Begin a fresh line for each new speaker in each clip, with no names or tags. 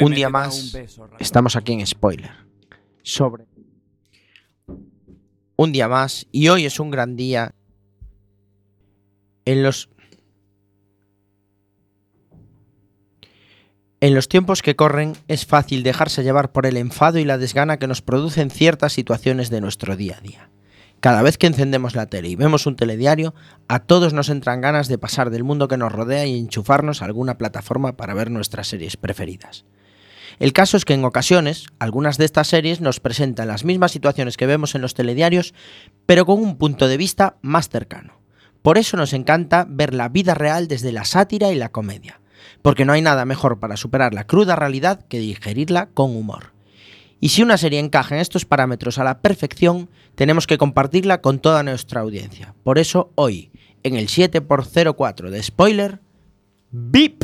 un día más estamos aquí en Spoiler. Sobre un día más y hoy es un gran día en los En los tiempos que corren es fácil dejarse llevar por el enfado y la desgana que nos producen ciertas situaciones de nuestro día a día. Cada vez que encendemos la tele y vemos un telediario, a todos nos entran ganas de pasar del mundo que nos rodea y enchufarnos a alguna plataforma para ver nuestras series preferidas. El caso es que en ocasiones, algunas de estas series nos presentan las mismas situaciones que vemos en los telediarios, pero con un punto de vista más cercano. Por eso nos encanta ver la vida real desde la sátira y la comedia porque no hay nada mejor para superar la cruda realidad que digerirla con humor. Y si una serie encaja en estos parámetros a la perfección, tenemos que compartirla con toda nuestra audiencia. Por eso hoy, en el 7x04 de spoiler, ¡BIP!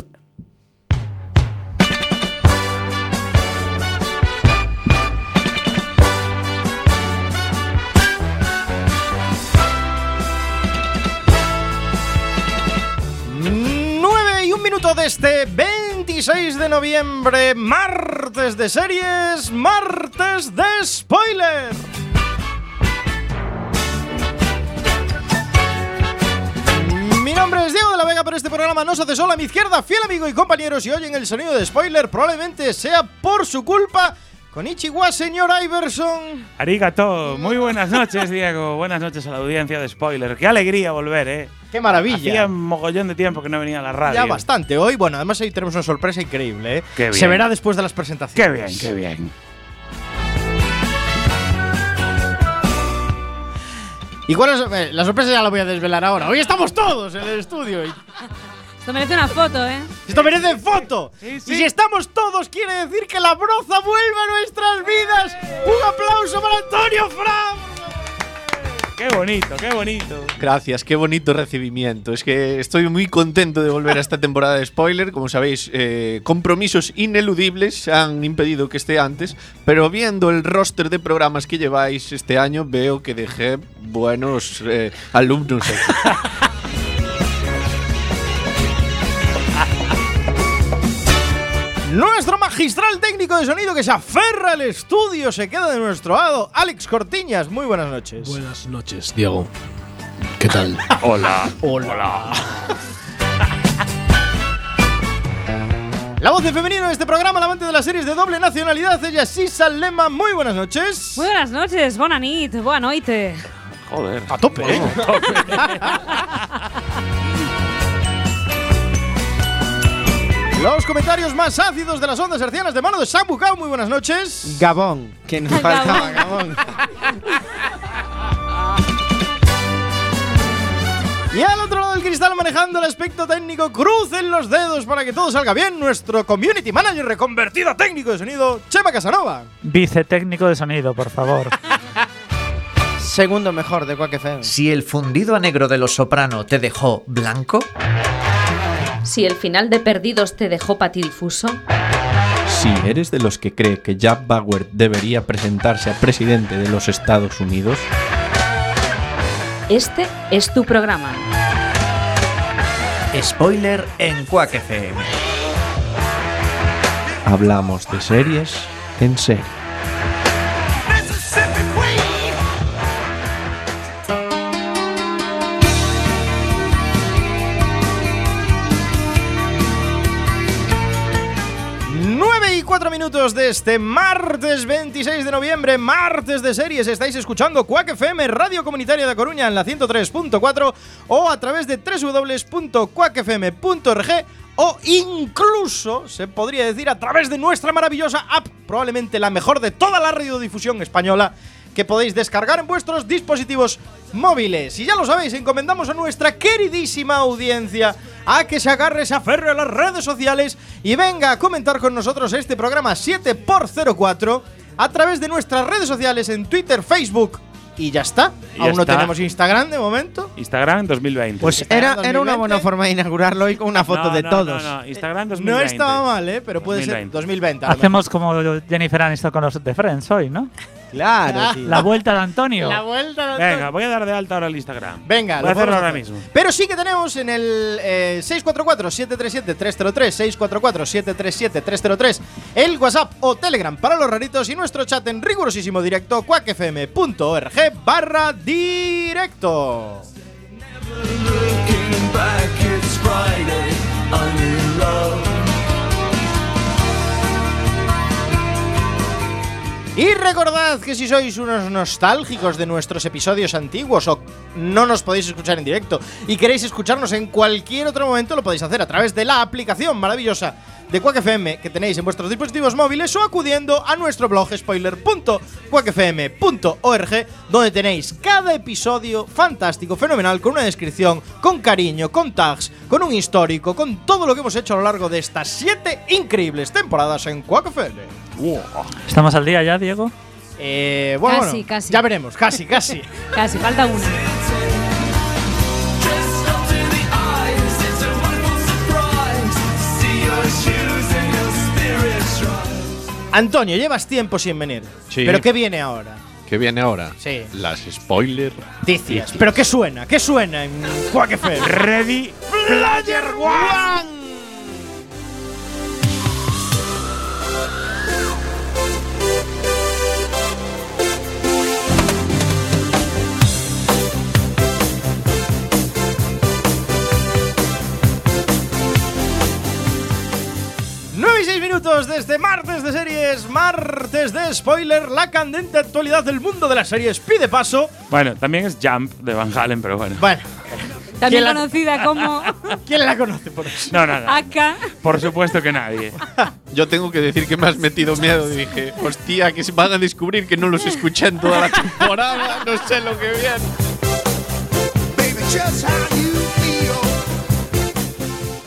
de este 26 de noviembre, martes de series, martes de spoiler. Mi nombre es Diego de la Vega, pero este programa no se hace solo a mi izquierda, fiel amigo y compañeros, y oyen el sonido de spoiler, probablemente sea por su culpa. Con Ichiwa, señor Iverson.
Arigato, muy buenas noches, Diego. buenas noches a la audiencia de Spoiler. Qué alegría volver, ¿eh?
Qué maravilla.
Hacía un mogollón de tiempo que no venía a la radio.
Ya bastante hoy. Bueno, además hoy tenemos una sorpresa increíble, ¿eh?
Qué bien.
Se verá después de las
Qué
presentaciones.
bien, qué bien.
¿Y cuál es eh, la sorpresa? Ya la voy a desvelar ahora. Hoy estamos todos en el estudio. y-
Esto merece una foto, ¿eh?
Esto merece foto.
Sí, sí.
Y si estamos todos, quiere decir que la broza vuelve a nuestras vidas. Un aplauso para Antonio Fran.
Qué bonito, qué bonito.
Gracias, qué bonito recibimiento. Es que estoy muy contento de volver a esta temporada de spoiler. Como sabéis, eh, compromisos ineludibles han impedido que esté antes, pero viendo el roster de programas que lleváis este año, veo que dejé buenos eh, alumnos. aquí.
Nuestro magistral técnico de sonido que se aferra al estudio se queda de nuestro lado. Alex Cortiñas, muy buenas noches.
Buenas noches, Diego. ¿Qué tal?
Hola.
La voz de femenino de este programa, la amante de las series de doble nacionalidad, ella es Sisa Lema. Muy buenas noches.
Muy buenas noches, buena nit, buena noite.
Joder.
A tope, ¿eh? Los comentarios más ácidos de las ondas hercianas de mano de Sam Bucao. Muy buenas noches.
Gabón, que nos
Gabón.
faltaba Gabón.
Y al otro lado del cristal, manejando el aspecto técnico, crucen los dedos para que todo salga bien. Nuestro community manager reconvertido a técnico de sonido, Chema Casanova.
Vicetécnico de sonido, por favor.
Segundo mejor de Quack FM.
Si el fundido a negro de los soprano te dejó blanco,
Si el final de Perdidos te dejó patidifuso,
Si eres de los que cree que Jack Bauer debería presentarse a presidente de los Estados Unidos,
este es tu programa.
spoiler en Quack FM.
hablamos de series en serio.
Nueve y cuatro minutos de este martes 26 de noviembre, martes de series. Estáis escuchando Quack FM, Radio Comunitaria de Coruña en la 103.4 o a través de www.quackfm.org o incluso, se podría decir, a través de nuestra maravillosa app, probablemente la mejor de toda la radiodifusión española, que podéis descargar en vuestros dispositivos móviles. Y ya lo sabéis, encomendamos a nuestra queridísima audiencia a que se agarre, se aferre a las redes sociales y venga a comentar con nosotros este programa 7x04 a través de nuestras redes sociales en Twitter, Facebook y ya está.
Y ya
Aún no
está.
tenemos Instagram de momento.
Instagram 2020.
Pues
Instagram
era, era una
2020.
buena forma de inaugurarlo hoy con una foto
No,
de
no,
todos.
No, no, Instagram 2020.
No estaba mal, ¿eh? pero puede ser
2020.
2020. a lo mejor.
Hacemos como Jennifer Aniston con los de Friends hoy, ¿no?
Claro, tío.
La vuelta de Antonio.
Ah. La vuelta.
Venga, voy a dar de alta ahora el Instagram.
Venga,
voy a hacerlo
lo podemos
ahora
hacer.
mismo.
Pero sí que tenemos en el eh, 644-737-303, 644-737-303, el WhatsApp o Telegram para los raritos y nuestro chat en rigurosísimo directo, cuacfm.org barra directo. Y recordad que si sois unos nostálgicos de nuestros episodios antiguos o no nos podéis escuchar en directo y queréis escucharnos en cualquier otro momento, lo podéis hacer a través de la aplicación maravillosa de Quack FM que tenéis en vuestros dispositivos móviles o acudiendo a nuestro blog spoiler.quackfm.org donde tenéis cada episodio fantástico, fenomenal, con una descripción, con cariño, con tags, con un histórico, con todo lo que hemos hecho a lo largo de estas siete increíbles temporadas en Quack FM.
¿Estamos al día ya, Diego?
Eh, bueno,
Casi,
bueno,
casi.
ya veremos, casi, casi.
Casi, falta una.
Antonio, llevas tiempo sin venir.
Sí.
¿Pero qué viene ahora?
¿Qué viene ahora?
Sí.
Las spoiler.
Noticias. ¿Pero qué suena? ¿Qué suena en Quack FM?
Ready Player One.
Nueve y seis minutos desde martes de series, martes de spoiler, la candente actualidad del mundo de las series pide paso.
Bueno, también es Jump de Van Halen, pero bueno.
Bueno,
También
la-
conocida como
¿quién la conoce por eso?
No, nada.
Aka.
Por supuesto que nadie.
Yo tengo que decir que me has metido miedo. Dije, hostia, que se van a descubrir que no los escuché en toda la temporada. No sé lo que viene.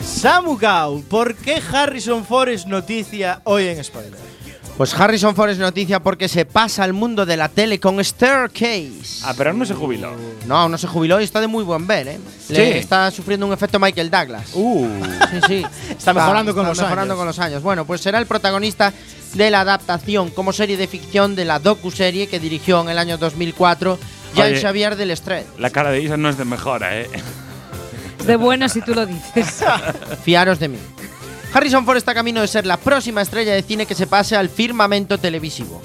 Samu Gao, ¿por qué Harrison Ford es noticia hoy en spoiler?
Pues Harrison Ford es noticia porque se pasa al mundo de la tele con Staircase.
Ah, pero aún no se jubiló.
No, aún no se jubiló y está de muy buen ver, ¿eh?
Sí.
Le está sufriendo un efecto Michael Douglas.
Uh,
Sí, sí.
Está mejorando con los
mejorando
años.
con los años. Bueno, pues será el protagonista de la adaptación como serie de ficción de la docuserie que dirigió en el año 2004 Jean
Oye.
Xavier del Estret.
La cara de Isa no es de mejora, ¿eh?
Es de bueno si tú lo dices.
Fiaros de mí. Harrison Ford está camino de ser la próxima estrella de cine que se pase al firmamento televisivo,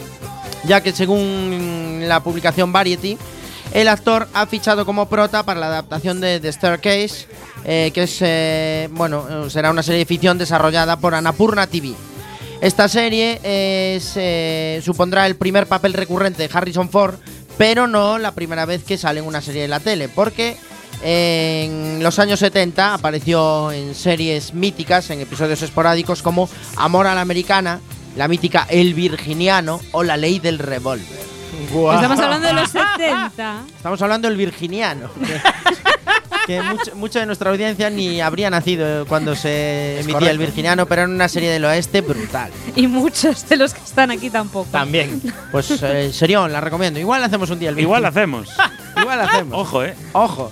ya que según la publicación Variety, el actor ha fichado como prota para la adaptación de The Staircase, eh, que es eh, bueno eh, será una serie de ficción desarrollada por Anapurna TV. Esta serie eh, se- supondrá el primer papel recurrente de Harrison Ford, pero no la primera vez que sale en una serie de la tele, porque en los años 70 apareció en series míticas, en episodios esporádicos como Amor a la Americana, la mítica El Virginiano o La Ley del Revólver.
Pues Estamos hablando de los 70.
Estamos hablando del Virginiano. Que, que mucho- mucha de nuestra audiencia ni habría nacido cuando se emitía el
correcto.
Virginiano, pero era una serie del oeste brutal.
Y muchos de los que están aquí tampoco.
También.
Pues eh, Serión, la recomiendo. Igual hacemos un día el
Igual
Virginiano.
hacemos.
Igual hacemos.
Ojo, ¿eh?
Ojo.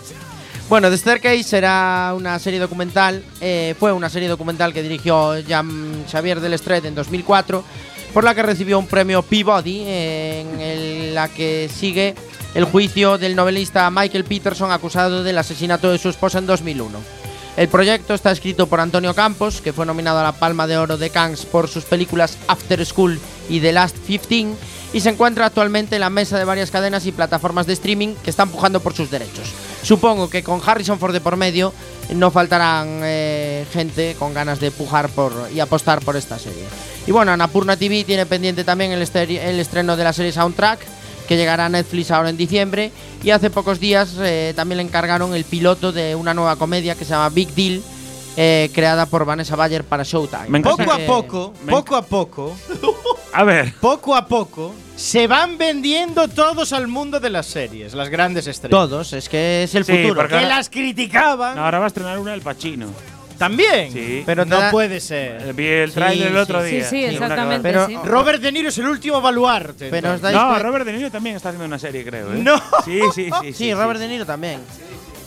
Bueno, The Staircase será una serie documental. eh, fue una serie documental que dirigió Jean Xavier del Estret en 2004, por la que recibió un premio Peabody, eh, en el- la que sigue el juicio del novelista Michael Peterson acusado del asesinato de su esposa en 2001. El proyecto está escrito por Antonio Campos, que fue nominado a la Palma de Oro de Cannes por sus películas After School y The Last 15, y se encuentra actualmente en la mesa de varias cadenas y plataformas de streaming que están pujando por sus derechos. Supongo que con Harrison Ford de por medio no faltarán eh, gente con ganas de pujar por, y apostar por esta serie. Y bueno, Anapurna TV tiene pendiente también el, esteri- el estreno de la serie Soundtrack, que llegará a Netflix ahora en diciembre. Y hace pocos días eh, también le encargaron el piloto de una nueva comedia que se llama Big Deal, eh, creada por Vanessa Bayer para Showtime.
Me encanta
Así
Poco a
que-
poco,
Me
poco a poco,
A ver.
poco a poco, se van vendiendo todos al mundo de las series, las grandes estrellas.
Todos, es que es el
Sí,
futuro.
porque-
Que las criticaban
No, ahora va a estrenar una El Pachino.
también.
Sí.
Pero
No
no
da-
puede ser.
Eh, Vi el
Sí,
trailer el otro
sí.
día.
Sí, sí,
una
exactamente.
Pero-
sí.
Robert De Niro es el último baluarte.
Pero os
entonces.
dais
No,
cuenta-
Robert De Niro también está haciendo una serie, creo. ¿eh?
No.
Sí, sí, sí.
Sí, Robert De Niro también.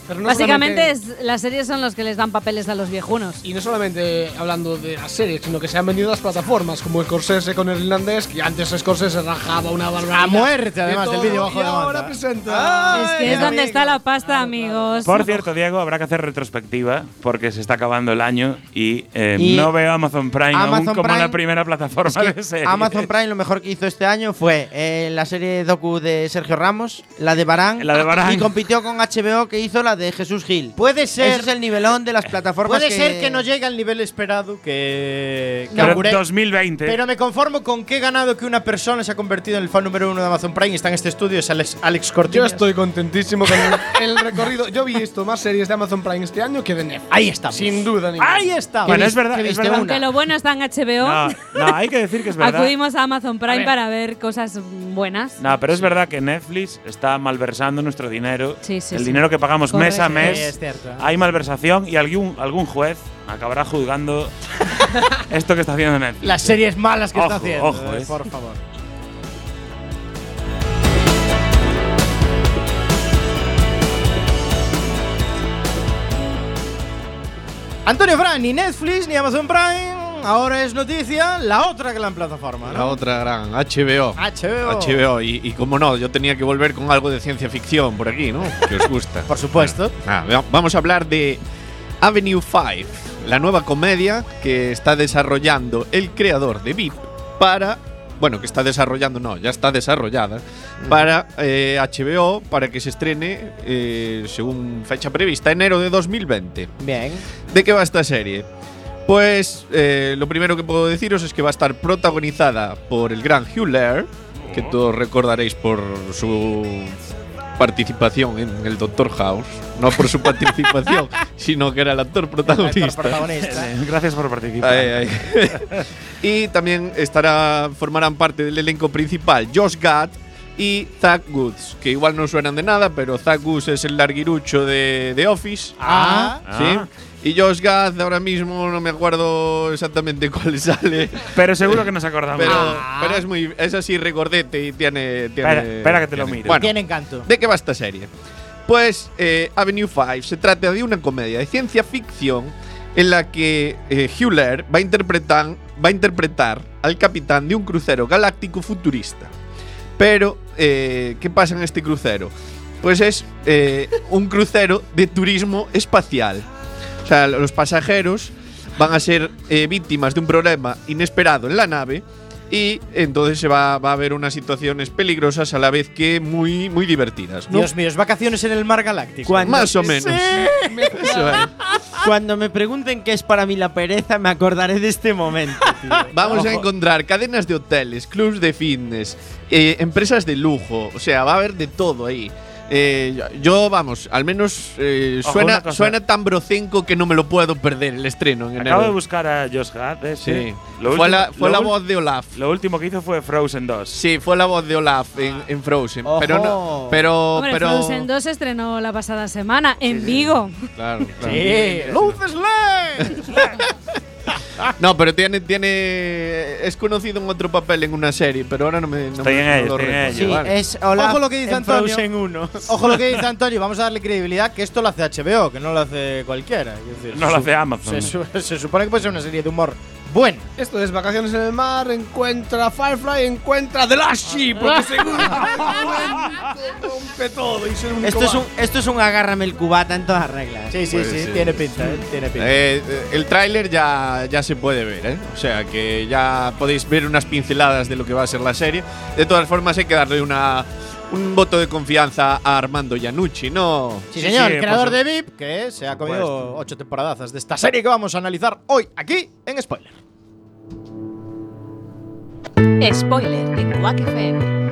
Pero no
Básicamente
solamente-
es- las series son los que les dan papeles a los viejunos.
Y no solamente hablando de las series, sino que se han vendido las plataformas, como Scorsese con el irlandés, que antes Scorsese rajaba una barbaridad.
A muerte,
de
además, del
todo,
vídeo bajo
y
la manta.
ahora presenta.
es que es donde está la pasta, amigos.
Por cierto, Diego, habrá que hacer retrospectiva porque se está acabando el año y, eh,
Y
no veo Amazon Prime aún
Amazon
como
Prime-
la primera plataforma
Es que
de series.
Amazon
Prime lo mejor que hizo este año fue eh, la serie docu de Sergio Ramos, la de Barán,
La de Barán.
y compitió con HBO que hizo la de Jesús Gil.
Puede
Ese
ser,
es el nivelón de las plataformas.
puede ser que no llegue al nivel esperado que, que
Pero
auguré.
2020.
Pero me conformo con que he ganado que una persona se ha convertido en el fan número uno de Amazon Prime y está en este estudio, es Alex, Alex
Yo
Cortiñas.
estoy contentísimo con el, el recorrido. Yo vi visto más series de Amazon Prime este año que de Netflix.
Ahí estamos.
Sin duda ninguna.
Ahí está.
Bueno, es verdad, es verdad.
Que lo bueno está en HBO.
No, no, hay que decir que es verdad.
Acudimos a Amazon Prime para ver cosas buenas.
No, pero es verdad que Netflix está malversando nuestro dinero.
Sí, sí,
el
sí.
dinero que pagamos
Correcto.
mes a mes.
Sí, es cierto.
Hay malversación y algún, algún juez acabará juzgando esto que está haciendo Netflix.
Las series malas que está
Ojo,
haciendo.
ojo,
eh,
eh.
Por favor. Antonio Fran, ni Netflix ni Amazon Prime. Ahora es noticia la otra gran plataforma,
La
¿no?
otra gran, HBO.
HBO.
HBO. Y, y como no, yo tenía que volver con algo de ciencia ficción por aquí, ¿no? Que os gusta.
Por supuesto.
Ah, vea- vamos a hablar de Avenue 5, la nueva comedia que está desarrollando el creador de VIP para. Bueno, que está desarrollando, no, ya está desarrollada para eh, HBO para que se estrene, eh, según fecha prevista, enero de 2020.
Bien.
¿De qué va esta serie? Pues eh, lo primero que puedo deciros es que va a estar protagonizada por el gran Hugh Lair, que todos recordaréis por su participación en el Doctor House. No por su participación, sino que era el actor protagonista.
Eh, Gracias por participar.
Ay, ay. y también estará, formarán parte del elenco principal Josh Gad y Zach Woods, que igual no suenan de nada, pero Zach Woods es el larguirucho de, de Office.
Ah.
Ah.
¿Sí? Y Josh Gad, ahora mismo no me acuerdo exactamente cuál sale.
Pero seguro que nos acordamos.
Pero, pero es muy. Es así, recordete y tiene. tiene-
Ah. Espera, espera que te lo
tiene-
miro.
Bueno,
Tiene encanto.
¿De qué va esta serie? Pues eh, Avenue 5 se trata de una comedia de ciencia ficción en la que eh, Hugh Lair va a, interpretar, va a interpretar al capitán de un crucero galáctico futurista. Pero, eh, ¿qué pasa en este crucero? Pues es eh, un crucero de turismo espacial. O sea, los pasajeros van a ser eh, víctimas de un problema inesperado en la nave y entonces se va, va a haber unas situaciones peligrosas a la vez que muy, muy divertidas. ¿no?
Dios mío, es vacaciones en el mar galáctico.
Cuando,
Más o menos. Eso es.
cuando me pregunten qué es para mí la pereza, me acordaré de este momento. tío.
Vamos a
Ojo.
encontrar cadenas de hoteles, clubs de fitness, eh, empresas de lujo, o sea, va a haber de todo ahí. Eh, yo- yo, vamos, al menos eh,
Ojo, una
suena,
cosa.
suena tan brocenco que no me lo puedo perder el estreno en enero.
Acabo de buscar a Josh Gad. ese.
Sí.
Lo
fue
último-
la, fue
lo
la
ul-
voz de Olaf.
Lo último que hizo fue Frozen 2.
Sí, fue la voz de Olaf en, en Frozen.
Ojo.
Pero no. Pero.
Hombre,
pero
Frozen 2 se estrenó la pasada semana en Vigo.
Claro, claro.
Sí. ¡Luces LED!
No, pero tiene, tiene. Es conocido en otro papel en una serie, pero ahora no me. No
Estoy
me-
en
no
ello,
lo
estoy en
recuerdo.
ello.
Sí,
Vale.
es hola.
Ojo lo que dice
en
Antonio.
Frozen 1.
Ojo lo que dice Antonio, vamos a darle credibilidad que esto lo hace HBO, que no lo hace cualquiera. Es decir,
No lo
su-
hace Amazon.
Se, su- se supone que puede ser una serie de humor buena.
Esto es Vacaciones en el Mar, encuentra Firefly, encuentra The Last Ship, porque seguro rompe todo y soy un
Esto es, un, esto es un agárrame el cubata en todas reglas.
Sí, sí,
Puede
sí,
ser.
tiene pinta, eh, tiene pinta.
Eh, eh, el tráiler ya, ya se puede ver, ¿eh? O sea que ya podéis ver unas pinceladas de lo que va a ser la serie. De todas formas, hay que darle una, un voto de confianza a Armando Iannucci, ¿no?
Sí,
sí,
señor,
sí,
el creador
por
de
su-
VIP, que se ha
por
comido
supuesto.
ocho temporadazas de esta serie que vamos a analizar hoy aquí en Spoiler.
E
Spoiler de Quack FM.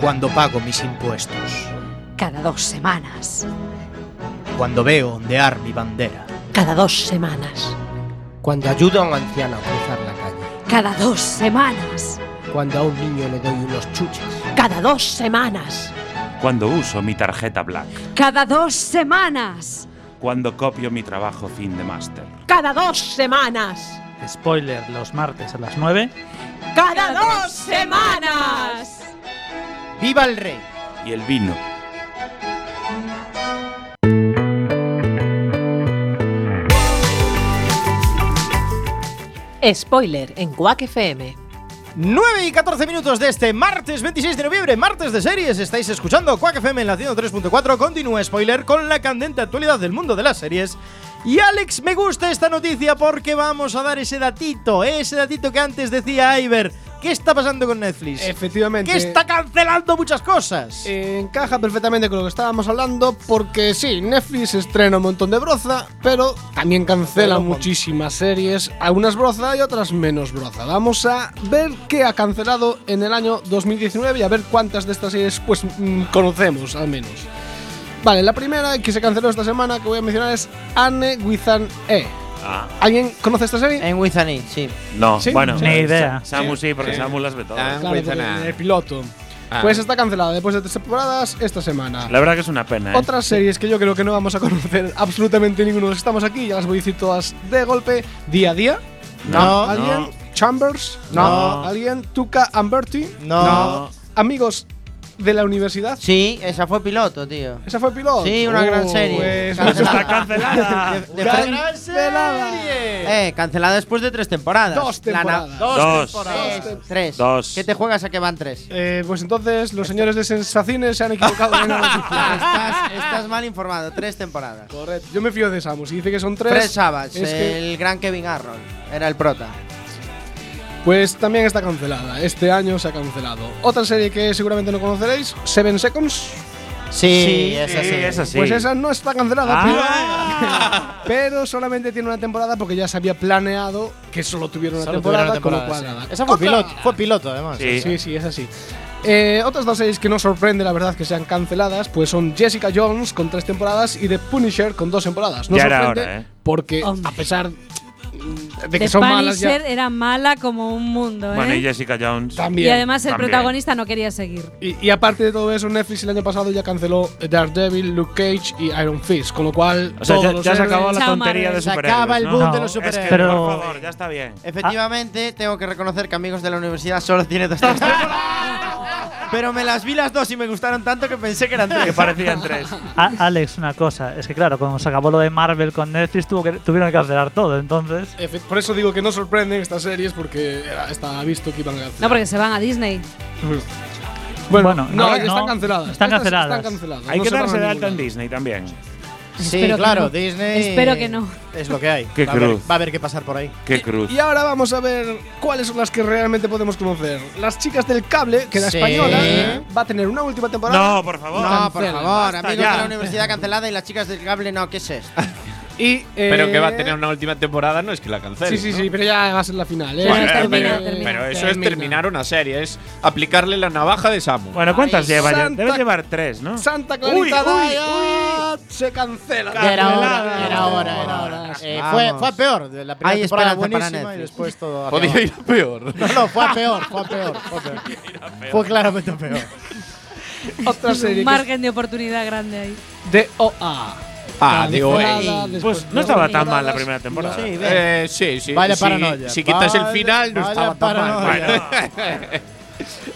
Cuando pago mis impuestos,
Cada dos semanas.
cuando veo ondear mi bandera,
Cada dos semanas.
Cuando ayudo a un anciano a cruzar la calle.
Cada dos semanas.
Cuando a un niño le doy unos chuches.
Cada dos semanas.
Cuando uso mi tarjeta Black.
Cada dos semanas.
Cuando copio mi trabajo fin de máster.
Cada dos semanas.
Spoiler los martes a las 9.
¡Cada dos semanas!
¡Viva el rey!
Y el vino.
Spoiler en Quack FM.
9 y 14 minutos de este martes 26 de noviembre, martes de series. Estáis escuchando Quack FM en la 103.4. Continúa spoiler con la candente actualidad del mundo de las series. Y Alex, me gusta esta noticia porque vamos a dar ese datito, ¿eh? ese datito que antes decía Iver. ¿Qué está pasando con Netflix?
Efectivamente.
Que está cancelando muchas cosas.
Encaja perfectamente con lo que estábamos hablando porque sí, Netflix estrena un montón de broza, pero también cancela
Pero un
muchísimas series, algunas broza y otras menos broza. Vamos a ver qué ha cancelado en el año 2019 y a ver cuántas de estas series pues mm, conocemos al menos. Vale, la primera que se canceló esta semana que voy a mencionar es Anne with an E. ¿Alguien conoce esta serie?
En With an It, sí.
Ah. No,
Sí,
bueno.
sí.
Ni idea.
Sa- Samu sí, porque
sí.
Samu las ve todas.
Ah.
Claro,
with an
porque
E.
en el piloto.
Ah.
Pues está cancelada después de tres temporadas esta semana.
La verdad que es una pena. ¿eh?
Otras series que yo creo que no vamos a conocer absolutamente ninguno de los que estamos aquí, ya las voy a decir todas de golpe. Día a día.
No.
¿Alguien? Chambers.
No.
¿Alguien? Tuca and Bertie.
No.
Amigos de la universidad.
Sí, esa fue piloto, tío.
¿Esa fue piloto?
Sí, una gran serie.
pues-
Cancelada.
Está cancelada.
De- de Fran-
serie!
eh, cancelada después de tres temporadas.
Dos
La na-
temporadas.
dos,
Dos.
tres,
Dos.
tres.
Dos.
¿Qué te juegas a que van tres?
Eh, pues entonces los señores de Sensacines se han equivocado en la noticia.
estás, estás mal informado. Tres temporadas.
Correcto. Yo me fío de Samus. Si dice que son tres.
Fred Savage,
es que-
el gran Kevin Arnold. Era el prota.
Pues también está cancelada. Este año se ha cancelado. Otra serie que seguramente no conoceréis, Seven Seconds.
Sí,
Sí,
esa sí.
esa sí.
Pues esa no está cancelada,
Ah.
pero, pero solamente tiene una temporada porque ya se había planeado que solo tuviera una
Solo
temporada,
tuvieron
con lo
temporada,
cual
sí.
nada.
Esa fue
¡Otra!
piloto, fue piloto además.
Sí.
Sí, sí, es así. Eh, otras dos series que no sorprende, la verdad, que sean canceladas, pues son Jessica Jones con tres temporadas y The Punisher con dos temporadas. No
Ya era
sorprende
hora, ¿eh?
porque a
Hombre.
pesar mm, de que
The
son malas
Punisher
ya,
era mala como un mundo, ¿eh?
Bueno, y Jessica Jones.
y
también.
además el
también.
protagonista no quería seguir.
Y, y aparte de todo eso, Netflix el año pasado ya canceló Daredevil, Luke Cage y Iron Fist, con lo cual
O sea,
todos
ya,
los
ya se
héroes-
acabó la
Chao,
tontería de
Marvel.
Se
superhéroes.
acaba el
¿no?
boom
No,
de los
es que-
superhéroes.
Eh,
Pero-
Por favor, ya está bien.
Efectivamente, tengo que reconocer que Amigos de la Universidad solo tiene dos temporadas. Pero me las vi las dos y me gustaron tanto que pensé que eran
Que
tres.
parecían tres.
A- Ah, Alex, una cosa. Es que claro, cuando se acabó lo de Marvel con Netflix, tuvo que, tuvieron que cancelar todo. Entonces,
Efe- Por eso digo que no sorprenden estas series porque era- estaba visto que iban a cancelar.
No, porque se van a Disney.
bueno,
Bueno,
no,
ahora
están
no.
canceladas.
Están
Estas
canceladas.
Están canceladas.
Hay
no
que
se van
darse
a
de
ningún
alta en
lado.
Disney también.
Sí,
Espero que
claro,
no.
Disney.
Espero que no.
Es lo que hay.
Qué
va, A
cruz.
haber, va a haber que pasar por ahí.
Qué cruz.
Y ahora vamos a ver cuáles son las que realmente podemos conocer. Las chicas del cable, que la
Sí.
española va a tener una última temporada.
No, por favor.
¿Eh? No, por
Cancela,
favor,
basta
Amigos
ya.
de la Universidad cancelada y las chicas del cable, no, ¿qué es esto?
Y, eh,
Pero que va a tener una última temporada, no es que la cancelen.
Sí, sí,
¿no?
sí, pero ya va a ser la final. ¿eh?
Bueno,
Esta
termina,
temporada-
pero,
termina.
pero eso es
Termina.
terminar una serie, es aplicarle la navaja de Samu.
Bueno, ¿cuántas
Ay,
lleva ya?
Santa-
Debe llevar tres, ¿no?
Santa Clarita
Uy, uy,
Diet se cancela.
Ya
era hora,
era hora, era
Ah,
hora. Eh, fue,
Vamos.
fue a peor. de La primera
Hay
temporada
esperanza para
buenísima y
Netflix.
después todo.
Podía
acabado.
ir a peor.
No, no, fue a peor, fue a peor, fue a peor. Fue claramente a peor.
Otra serie
Un
que es
margen de oportunidad grande ahí.
DOA.
Ah, digo,
Cancelada
ey.
después
Pues
de
no estaba tan
temporadas.
mal la primera temporada.
Sí, bien.
Eh, sí, sí.
Vaya
si,
paranoia.
Si quitas
Vaya-
el final, no
vaya
estaba tan
paranoia.
mal. Bueno.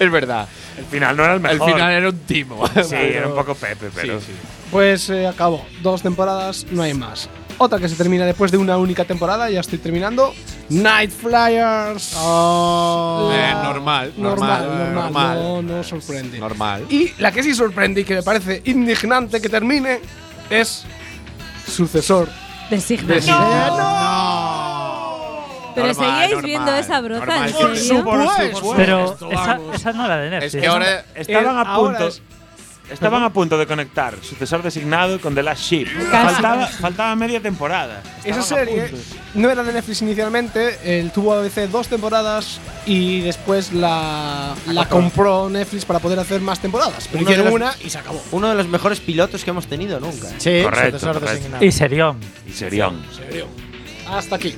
es verdad.
El final no era el
El
mejor.
final era un timo.
Sí, era un poco Pepe, pero.
Sí, sí.
Pues eh, acabó. Dos temporadas, no hay más. Otra que se termina después de una única temporada, ya estoy terminando. Night Flyers.
Eh,
La-
normal,
normal,
normal,
normal,
normal.
No, no sorprende.
Normal.
Y la que sí sorprende y que me parece indignante que termine es sucesor.
De Sigma.
De Sigma.
Pero
Normal,
seguíais
normal,
viendo esa broza,
normal.
¿en
Por
serio?
pero esa, esa no era de Netflix.
Es que ahora.
Estaban
El-
a
ahora
punto.
es-
Estaban a punto de conectar sucesor designado con The Last Ship.
Casi.
Faltaba, faltaba media temporada.
Esa
Estaban a
serie
punto.
no era de Netflix inicialmente, él tuvo a veces dos temporadas y después la, la compró Netflix para poder hacer más temporadas. Pero
Uno de
hicieron
los-
una y se acabó.
Uno de los mejores pilotos que hemos tenido nunca. ¿eh?
Sí,
Correcto,
sucesor
correcto.
designado.
Y Serión.
Y serión.
Hasta aquí.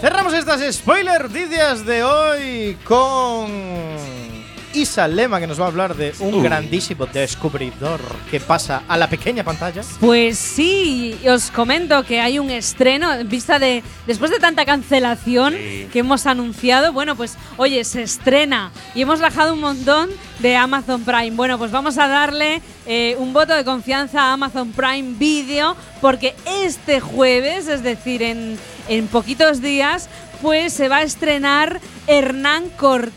Cerramos estas spoiler días de hoy con Isa Lema, que nos va a hablar de un
Uy.
grandísimo descubridor que pasa a la pequeña pantalla.
Pues sí, y os comento que hay un estreno en vista de después de tanta cancelación que hemos anunciado, bueno, pues oye, se estrena y hemos bajado un montón de Amazon Prime. Bueno, pues vamos a darle eh, un voto de confianza a Amazon Prime Video porque este jueves, es decir, en, en poquitos días, pues se va a estrenar Hernán Cortés.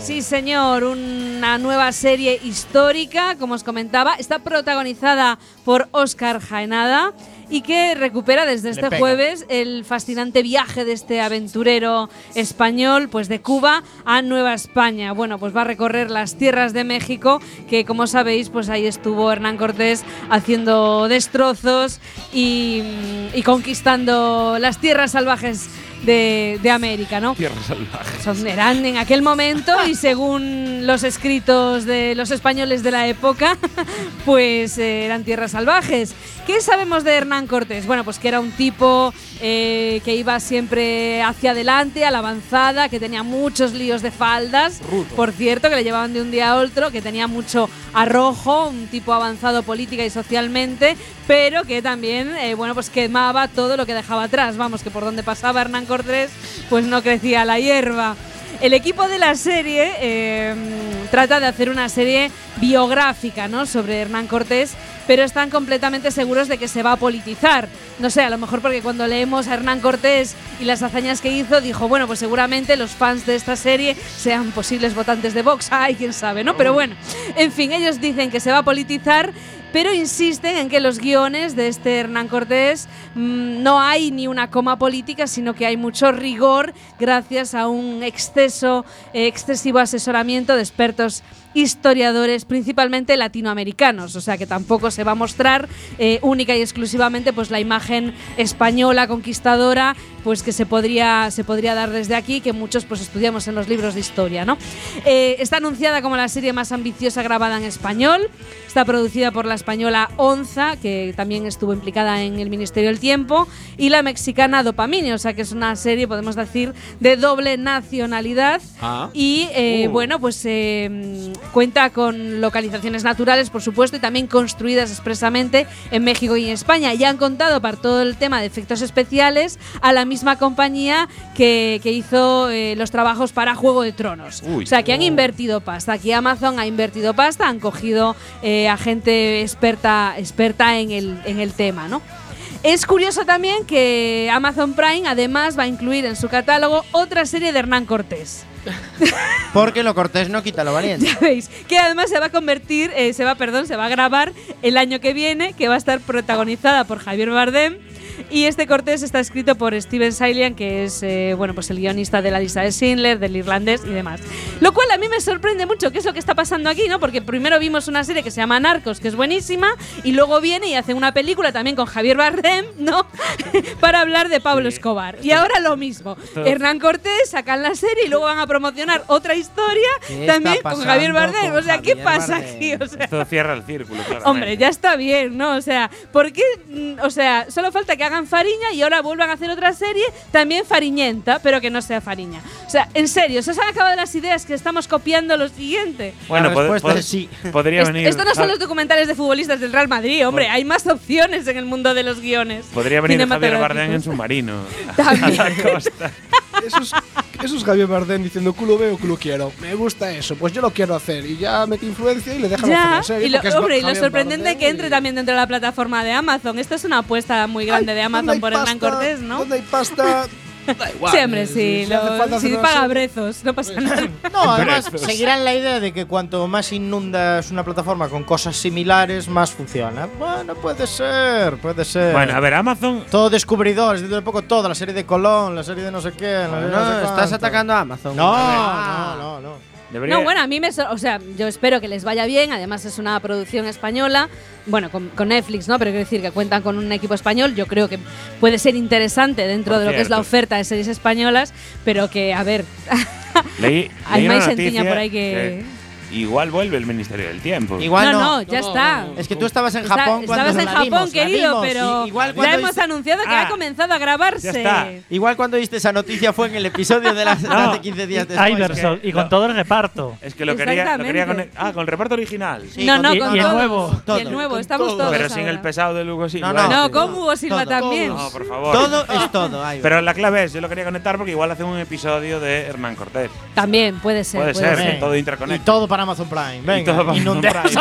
Sí, señor, una nueva serie histórica, como os comentaba, está protagonizada por Óscar Jaenada y que recupera desde este
pega.
jueves el fascinante viaje de este aventurero español, pues de Cuba a Nueva España. Bueno, pues va a recorrer las tierras de México, que como sabéis, pues ahí estuvo Hernán Cortés haciendo destrozos y, y conquistando las tierras salvajes de, de América, ¿no?
Tierra salvaje.
Son- eran en aquel momento y según los escritos de los españoles de la época, pues eh, eran tierras salvajes. ¿Qué sabemos de Hernán Cortés? Bueno, pues que era un tipo eh, que iba siempre hacia adelante, a la avanzada, que tenía muchos líos de faldas,
Rudo.
por cierto, que le llevaban de un día a otro, que tenía mucho arrojo, un tipo avanzado política y socialmente, pero que también, eh, bueno, pues quemaba todo lo que dejaba atrás. Vamos, que por donde pasaba Hernán Cortés, pues no crecía la hierba. El equipo de la serie eh, trata de hacer una serie biográfica ¿no? sobre Hernán Cortés, pero están completamente seguros de que se va a politizar. No sé, a lo mejor porque cuando leemos a Hernán Cortés y las hazañas que hizo, dijo, bueno, pues seguramente los fans de esta serie sean posibles votantes de Vox. Ay, quién sabe, ¿no? Pero bueno, en fin, ellos dicen que se va a politizar pero insisten en que los guiones de este Hernán Cortés mm, no hay ni una coma política, sino que hay mucho rigor gracias a un exceso, eh, excesivo asesoramiento de expertos historiadores, principalmente latinoamericanos, o sea que tampoco se va a mostrar eh, única y exclusivamente pues la imagen española conquistadora, pues que se podría se podría dar desde aquí, que muchos pues estudiamos en los libros de historia, ¿no? Eh, está anunciada como la serie más ambiciosa grabada en español. Está producida por la española Onza, que también estuvo implicada en el Ministerio del Tiempo, y la mexicana Dopamine, o sea que es una serie, podemos decir, de doble nacionalidad.
Ah.
Y eh,
Uh.
bueno, pues eh, mm, cuenta con localizaciones naturales, por supuesto, y también construidas expresamente en México y en España. Y han contado para todo el tema de efectos especiales a la misma compañía que, que hizo eh, los trabajos para Juego de Tronos.
Uy.
O sea, que han invertido pasta. Aquí Amazon ha invertido pasta, han cogido eh, a gente experta, experta en, el, en el tema, ¿no? Es curioso también que Amazon Prime además va a incluir en su catálogo otra serie de Hernán Cortés.
Porque lo cortés no quita lo valiente.
Ya veis, que además se va a convertir, eh, se va, perdón, se va a grabar el año que viene, que va a estar protagonizada por Javier Bardem. Y este Cortés está escrito por Steven Salian, que es eh, bueno, pues el guionista de la lista de Schindler, del irlandés y demás. Lo cual a mí me sorprende mucho, qué es lo que está pasando aquí, ¿no? Porque primero vimos una serie que se llama Narcos, que es buenísima, y luego viene y hace una película también con Javier Bardem, ¿no? Para hablar de Pablo Escobar. y ahora lo mismo.
esto-
Hernán Cortés sacan la serie y luego van a promocionar otra historia
¿Qué
también
está
con Javier
pasando
Bardem.
con
O sea, ¿qué
Javier
pasa
Bardem?
aquí? O sea,
Esto cierra el círculo, claro.
hombre, ya está bien, ¿no? O sea, ¿por qué? mm, O sea, solo falta que hagan Fariña y ahora vuelvan a hacer otra serie también Fariñenta, pero que no sea Fariña. O sea, en serio, ¿se os han acabado las ideas que estamos copiando lo siguiente?
Bueno,
La
pod-
respuesta
pod-
es sí.
Podría
Est-
venir.
Esto no son
Javi-
los documentales de futbolistas del Real Madrid, hombre, hay más opciones en el mundo de los guiones.
Podría venir Javier
cinematográficos.
Bardem en submarino.
Eso es, eso es Javier Bardem diciendo culo veo, culo quiero. Me gusta eso, pues yo lo quiero hacer. Y ya mete influencia y le dejan hacer
Ya,
la serie.
y lo,
porque es
hombre, y lo
Javier
sorprendente
Bardem
que entre también dentro de la plataforma de Amazon. Esto es una apuesta muy grande de Amazon por Hernán Cortés, ¿no?
¿Dónde hay pasta? Da igual. eh,
Sí, hombre, sí.
Si hace
lo-
falta
si
hacer una
paga
serie.
brezos, no pasa nada.
No, además
Pero-
seguirán la idea de que cuanto más inundas una plataforma con cosas similares, más funciona. Bueno, puede ser, puede ser.
Bueno, a ver, Amazon.
Todo descubridores, dentro de poco todo, la serie de Colón, la serie de no sé qué. la serie de
No,
no sé
estás
cuánto.
atacando a Amazon.
No,
Ah.
no, no, no.
Debería,
No, bueno, a mí me. so- o sea, yo espero que les vaya bien. Además, es una producción española. Bueno, con, con Netflix, ¿no? Pero quiero decir que cuentan con un equipo español. Yo creo que puede ser interesante dentro
Por
de lo que es la
cierto.
oferta de series españolas. Pero que, a ver,
leí,
hay
leí una
más
noticia
sentiña por ahí que.
que Igual vuelve el Ministerio del Tiempo.
Igual no.
ya está.
Es que tú estabas en
Está-
Japón cuando
Estabas en
la
Japón,
vimos, la
querido,
vimos.
pero
I- igual
ya
cuando
hemos
viste-
anunciado que
Ah,
ha comenzado a grabarse.
ya está. Igual cuando viste esa noticia fue en el episodio de, las, de hace 15 días después.
Iverson, y con todo el reparto.
Es que lo quería, lo quería con el, ah, con el reparto original.
Sí, No, con no,
y- con y el todos. nuevo.
Y el nuevo, estamos todos.
Pero sin
ahora.
el pesado de Lugo Silva.
No, no, No, con Hugo Silva todo. también.
No, por favor.
Todo es todo, Iverson.
Pero la clave es, yo lo quería conectar porque igual hace un episodio de Hernán Cortés.
También, puede ser.
Puede ser, que todo
interconecta.
interconecta.
Y
todo para Amazon Prime.
venga, inundemos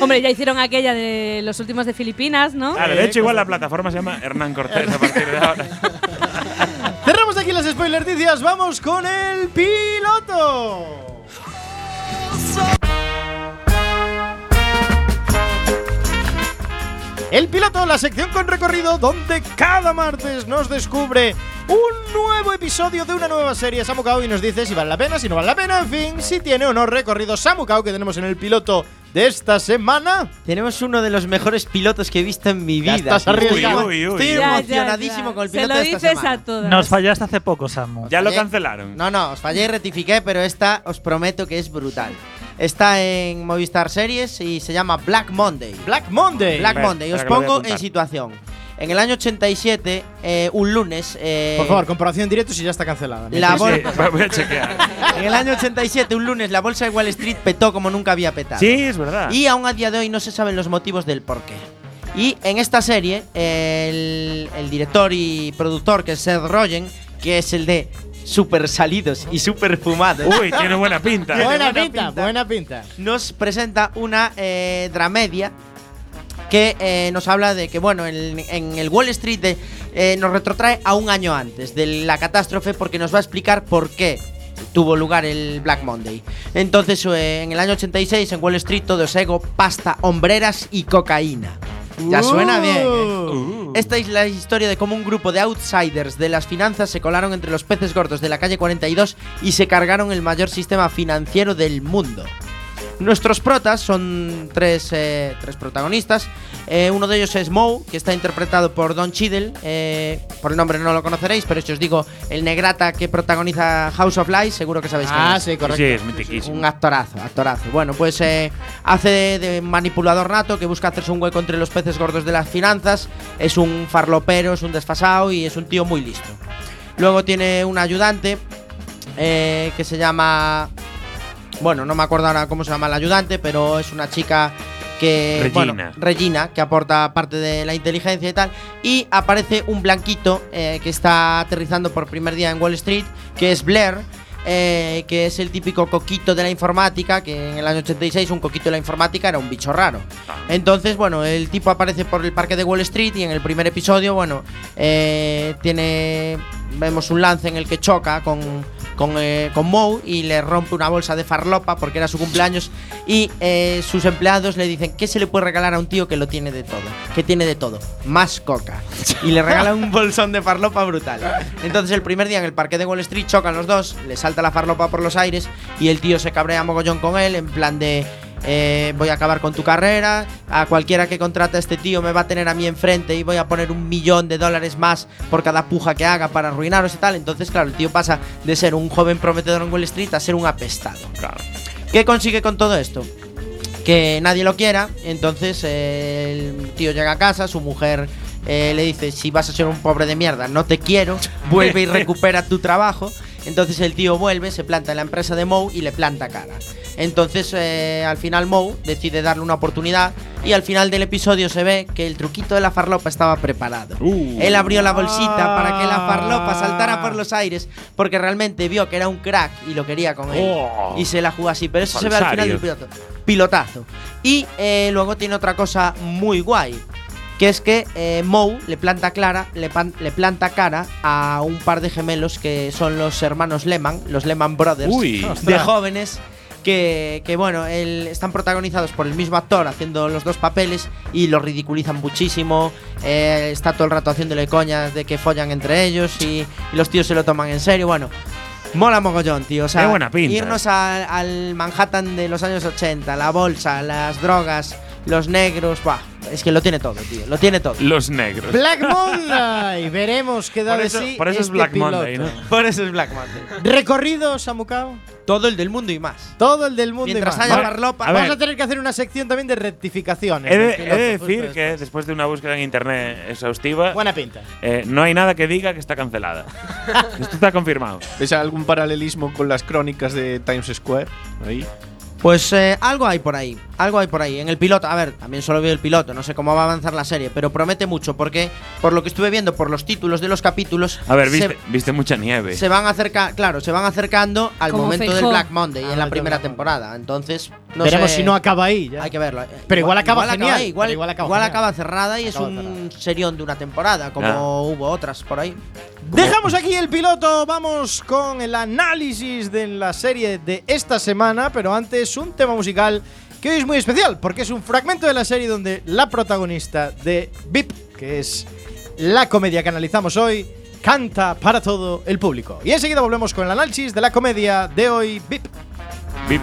Hombre, ya hicieron aquella de los últimos de Filipinas, ¿no?
Claro, Ah, de hecho, igual la plataforma se llama Hernán Cortés a partir de ahora.
Cerramos aquí las spoilerticias, vamos con el piloto. El piloto, la sección con recorrido donde cada martes nos descubre un nuevo episodio de una nueva serie Samucao y nos dice si vale la pena, si no vale la pena, en fin, si tiene o no recorrido Samucao que tenemos en el piloto de esta semana.
Tenemos uno de los mejores pilotos que he visto en mi
Ya
vida.
estás
tío.
arriesgado.
Estoy
Uy, uy, uy.
Estoy
Ya, ya,
emocionadísimo
ya.
con el
Se
piloto
lo
de esta
dices a
semana.
todos.
Nos fallaste hace poco, Samu.
Ya lo
Oye.
cancelaron.
No, no, os fallé y rectifiqué, pero esta os prometo que es brutal. Está en Movistar Series y se llama Black Monday.
Black Monday.
Black
Espera,
Monday, os
espera que lo voy a
pongo
apuntar.
en situación. En el año 87, eh, un lunes. eh,
Por favor, comparación en directo si ya está cancelada.
La
Sí,
bolsa-
voy a chequear.
en el año 87, un lunes, la bolsa de Wall Street petó como nunca había petado.
Sí, es verdad.
Y aún a día de hoy no se saben los motivos del porqué. Y en esta serie, el, el director y productor, que es Seth Rogen, que es el de Super Salidos y Super Fumados,
Uy, tiene buena pinta.
Buena,
buena
pinta,
pinta.
buena pinta.
nos presenta una eh, dramedia que eh, nos habla de que, bueno, en, en el Wall Street de- eh, nos retrotrae a un año antes de la catástrofe porque nos va a explicar por qué tuvo lugar el Black Monday. Entonces, eh, en el año 86, en Wall Street todo es ego, pasta, hombreras y cocaína. Ya suena bien. ¿eh?
Uh.
Esta es la historia de cómo un grupo de outsiders de las finanzas se colaron entre los peces gordos de la calle 42 y se cargaron el mayor sistema financiero del mundo. Nuestros protas son tres, eh, tres protagonistas. Eh, uno de ellos es Moe, que está interpretado por Don Cheadle. eh, por el nombre no lo conoceréis, pero si os digo el negrata que protagoniza House of Lies, seguro que sabéis quién
Ah,
es.
sí, correcto.
Sí, es
Un
mitiquísimo.
actorazo, actorazo. Bueno, pues eh, hace de, de manipulador nato que busca hacerse un hueco entre los peces gordos de las finanzas. Es un farlopero, es un desfasado y es un tío muy listo. Luego tiene un ayudante eh, que se llama. Bueno, no me acuerdo ahora cómo se llama la ayudante, pero es una chica que.
Regina.
bueno, Regina, que aporta parte de la inteligencia y tal. Y aparece un blanquito eh, que está aterrizando por primer día en Wall Street, que es Blair. eh, que es el típico coquito de la informática, que en el año 86 un coquito de la informática era un bicho raro. Entonces, bueno, el tipo aparece por el parque de Wall Street y en el primer episodio, bueno, eh, tiene. Vemos un lance en el que choca con, con, eh, con Moe y le rompe una bolsa de farlopa porque era su cumpleaños. Y eh, sus empleados le dicen: ¿Qué se le puede regalar a un tío que lo tiene de todo? Que tiene de todo, más coca. Y le regala un bolsón de farlopa brutal. Entonces, el primer día en el parque de Wall Street chocan los dos, le salta la farlopa por los aires y el tío se cabrea mogollón con él, en plan de. Eh, voy a acabar con tu carrera, a cualquiera que contrate a este tío me va a tener a mí enfrente y voy a poner un millón de dólares más por cada puja que haga para arruinaros y tal. Entonces, claro, el tío pasa de ser un joven prometedor en Wall Street a ser un apestado.
Claro.
¿Qué consigue con todo esto? Que nadie lo quiera, entonces eh, el tío llega a casa, su mujer eh, le dice, si vas a ser un pobre de mierda, no te quiero, vuelve y recupera tu trabajo. Entonces el tío vuelve, se planta en la empresa de Moe y le planta cara. Entonces eh, al final Moe decide darle una oportunidad y al final del episodio se ve que el truquito de la farlopa estaba preparado.
Uh.
Él abrió la bolsita
Ah.
para que la farlopa saltara por los aires porque realmente vio que era un crack y lo quería con él.
Oh.
Y se la jugó así, pero eso se ve al final del
Falsario.
piloto. Pilotazo. Y eh, luego tiene otra cosa muy guay. Que es que eh, Moe le planta, clara, le, pan- le planta cara a un par de gemelos que son los hermanos Lehman, los Lehman Brothers,
Uy.
de jóvenes, que, que, bueno, el- están protagonizados por el mismo actor haciendo los dos papeles y lo ridiculizan muchísimo. eh, está todo el rato haciéndole coñas de que follan entre ellos y, y los tíos se lo toman en serio. Bueno, mola mogollón, tío. O sea,
Qué buena pinta,
irnos
eh.
al, al Manhattan de los años 80, la bolsa, las drogas, los negros, buah, Es que lo tiene todo, tío. Lo tiene todo.
Los negros.
Black Monday. Veremos qué da
Por
de
eso-
sí.
por eso es
este
Black
piloto.
Monday, ¿no?
Por eso es Black Monday.
Recorrido, Samucao.
Todo el del mundo y más.
Todo el del mundo. y
Mientras
más.
haya Vale, farlopa- a
Vamos
ver.
a tener que hacer una sección también de rectificaciones.
He de,
del
he de
piloto,
decir
justo
que después de una búsqueda en internet exhaustiva.
Buena pinta.
eh, no hay nada que diga que está cancelada. Esto está confirmado.
¿Ves algún paralelismo con las crónicas de Times Square? Ahí.
Pues eh, algo hay por ahí, algo hay por ahí. En el piloto, a ver, también solo veo el piloto, no sé cómo va a avanzar la serie, pero promete mucho porque, por lo que estuve viendo, por los títulos de los capítulos,
A ver,
se-
viste, viste mucha nieve.
se, van acerca, claro, se van acercando al
Como
momento del
Feijó.
Black Monday
Ah,
en la
del
primera
Black Monday.
temporada. Entonces, no
Veremos
sé-
si no acaba ahí. ya.
Hay que verlo. eh.
Pero igual acaba genial,
ahí, igual,
pero igual acaba
igual
genial.
acaba cerrada y
Acaba
es un serión de una temporada, como
Ah.
hubo otras por ahí.
Dejamos aquí el piloto, vamos con el análisis de la serie de esta semana, pero antes un tema musical que hoy es muy especial, porque es un fragmento de la serie donde la protagonista de VIP, que es la comedia que analizamos hoy, canta para todo el público. Y enseguida volvemos con el análisis de la comedia de hoy, VIP.
VIP.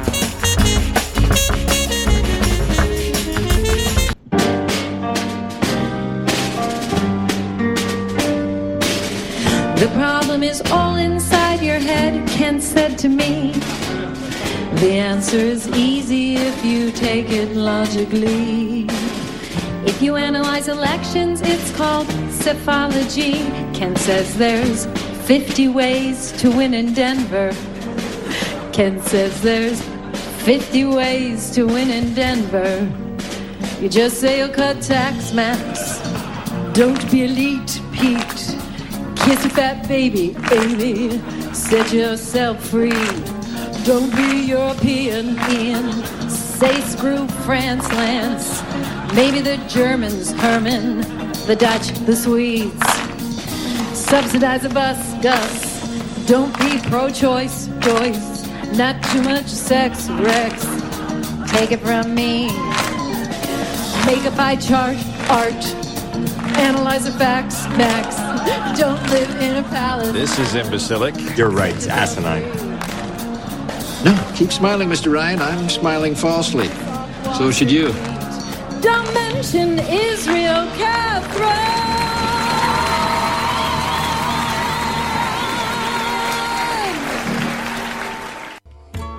The problem is all inside your head, Kent said to me. The answer is easy if you take it logically. If you analyze elections, it's called cephology. Kent says there's 50 ways to win in Denver. Kent says there's 50 ways to win in Denver. You just say you'll cut tax maps. Don't be elite, Pete. Kiss a fat baby, Amy. Set yourself free. Don't be European, Ian. Say screw France, Lance. Maybe the Germans, Herman. The Dutch, the Swedes. Subsidize a bus, Gus. Don't be pro-choice, Joyce. Not too much sex, Rex. Take it from me. Make a pie chart, art. Analyze the facts, Max. Don't live in a palace.
This is imbecilic. You're right, it's asinine. No, keep smiling, Mr. Ryan. I'm smiling falsely. So should you.
Don't mention Israel, Catherine.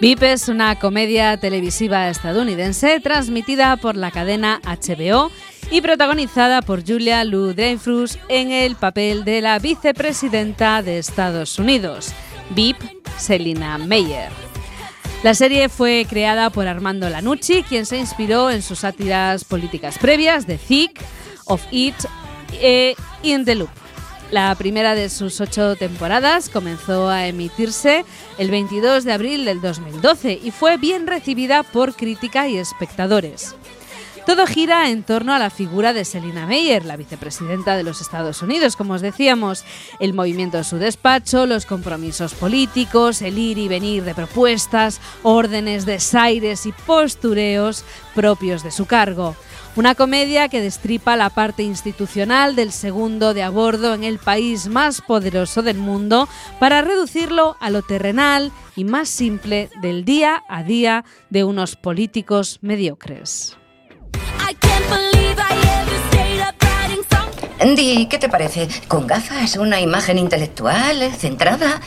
VIP es una comedia televisiva estadounidense transmitida por la cadena HBO y protagonizada por Julia Lou Dreyfus en el papel de la vicepresidenta de Estados Unidos, VIP Selina Meyer. La serie fue creada por Armando Lanucci, quien se inspiró en sus sátiras políticas previas de Thick, Of It e In the Loop. La primera de sus ocho temporadas comenzó a emitirse el 22 de abril del 2012 y fue bien recibida por crítica y espectadores. Todo gira en torno a la figura de Selina Meyer, la vicepresidenta de los Estados Unidos, como os decíamos, el movimiento de su despacho, los compromisos políticos, el ir y venir de propuestas, órdenes, desaires y postureos propios de su cargo. Una comedia que destripa la parte institucional del segundo de a bordo en el país más poderoso del mundo para reducirlo a lo terrenal y más simple del día a día de unos políticos mediocres.
Andy, ¿qué te parece? ¿Con gafas? ¿Una imagen intelectual? eh, ¿Centrada?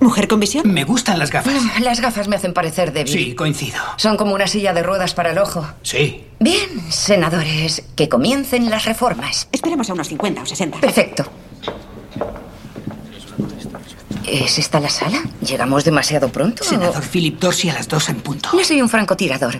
¿Mujer con visión? Me gustan las gafas.
Mm, Las gafas me hacen parecer débil.
Sí, coincido.
Son como una silla de ruedas para el ojo.
Sí.
Bien, senadores, que comiencen las reformas.
Esperemos a unos 50 o 60.
Perfecto. ¿Es esta la sala? ¿Llegamos demasiado pronto?
Senador Philip Dorsey a las dos en punto.
Yo soy un francotirador.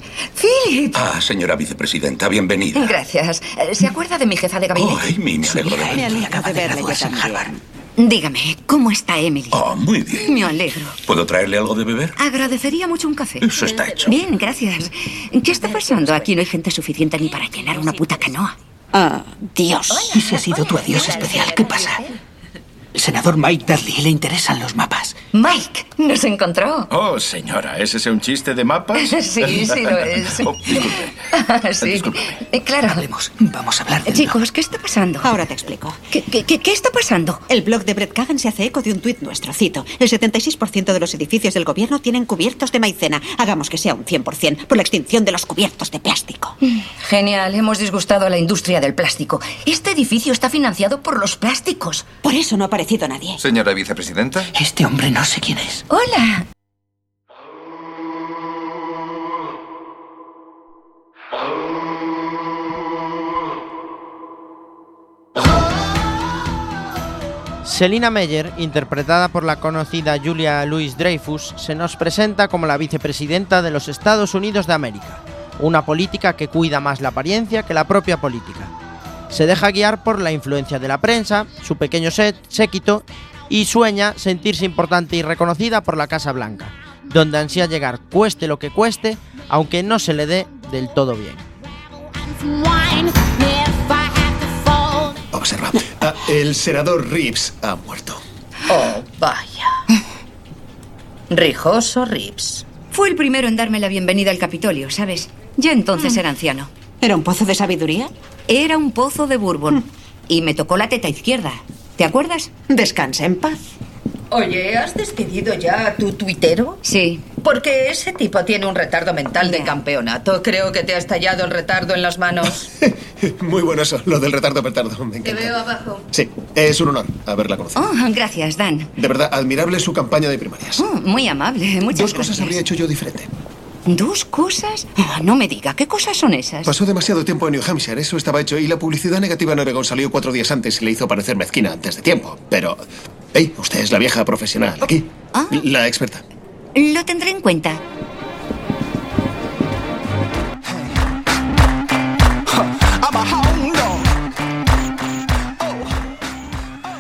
¡Philip!
Ah, señora vicepresidenta, bienvenida.
Gracias. Eh, ¿Se acuerda de mi jefa de
Oh,
gabinete?
Amy, me alegro de
Me
verte.
alegro de verle yo también. Dígame, ¿cómo está Emily?
Oh, muy bien.
Me alegro.
¿Puedo traerle algo de beber?
Agradecería mucho un café.
Eso está hecho.
Bien, gracias. ¿Qué está pasando? Aquí no hay gente suficiente ni para llenar una puta canoa.
Ah, Dios. Y si ha sido tu adiós especial, ¿qué pasa? Senador Mike Dudley, le interesan los mapas.
Mike, nos encontró.
Oh, señora, ¿es ese un chiste de mapas?
Sí, sí lo es.
Oh, disculpe.
sí. Eh, Claro.
Vamos a hablar.
Chicos, ¿qué está pasando?
Ahora te explico.
¿Qué, qué, qué- qué está pasando?
El blog de Brett Kagan se hace eco de un tuit nuestro, cito. El 76% de los edificios del gobierno tienen cubiertos de maicena. Hagamos que sea un 100% por la extinción de los cubiertos de plástico.
Genial, hemos disgustado a la industria del plástico. Este edificio está financiado por los plásticos.
Por eso no ha aparecido nadie.
Señora vicepresidenta.
Este hombre no sé quién es.
Hola.
Selina Meyer, interpretada por la conocida Julia Louis Dreyfus, se nos presenta como la vicepresidenta de los Estados Unidos de América, una política que cuida más la apariencia que la propia política. Se deja guiar por la influencia de la prensa, su pequeño set, séquito, y sueña sentirse importante y reconocida por la Casa Blanca, donde ansía llegar cueste lo que cueste, aunque no se le dé del todo bien.
Observa. Ah, el senador Reeves ha muerto.
Oh, vaya.
Oh,
Rijoso Rips. Fue el primero en darme la bienvenida al Capitolio, ¿sabes? Ya entonces era anciano.
Mm. ¿Era un pozo de sabiduría? Mm.
Era un pozo de Bourbon. Y me tocó la teta izquierda. ¿Te acuerdas?
Descansa en paz.
Oye, ¿has despedido ya a tu tuitero?
Sí.
Porque ese tipo tiene un retardo mental de campeonato. Creo que te ha estallado el retardo en las manos.
Muy bueno eso, lo del retardo petardo. Me
Te
encanta.
veo abajo.
Sí, es un honor haberla conocido.
Oh, gracias, Dan.
De verdad, admirable su campaña de primarias.
Oh, muy amable. Muchas
Dos cosas
gracias.
habría hecho yo diferente.
¿Dos cosas? Ah, no me diga, ¿qué cosas son esas?
Pasó demasiado tiempo en New Hampshire, eso estaba hecho, y la publicidad negativa en Oregón salió cuatro días antes y le hizo parecer mezquina antes de tiempo. Pero, hey, usted es la vieja profesional aquí,
Ah.
la experta.
Lo tendré en cuenta.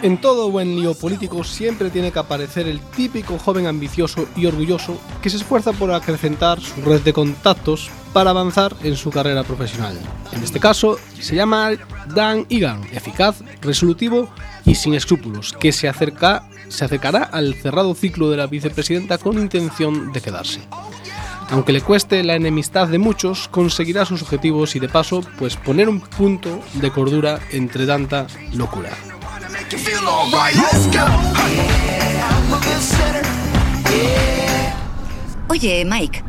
En todo buen lío político siempre tiene que aparecer el típico joven ambicioso y orgulloso que se esfuerza por acrecentar su red de contactos para avanzar en su carrera profesional. En este caso se llama Dan Egan, eficaz, resolutivo y sin escrúpulos, que se, acerca, se acercará al cerrado ciclo de la vicepresidenta con intención de quedarse. Aunque le cueste la enemistad de muchos, conseguirá sus objetivos y de paso, pues poner un punto de cordura entre tanta locura.
Oye, Mike.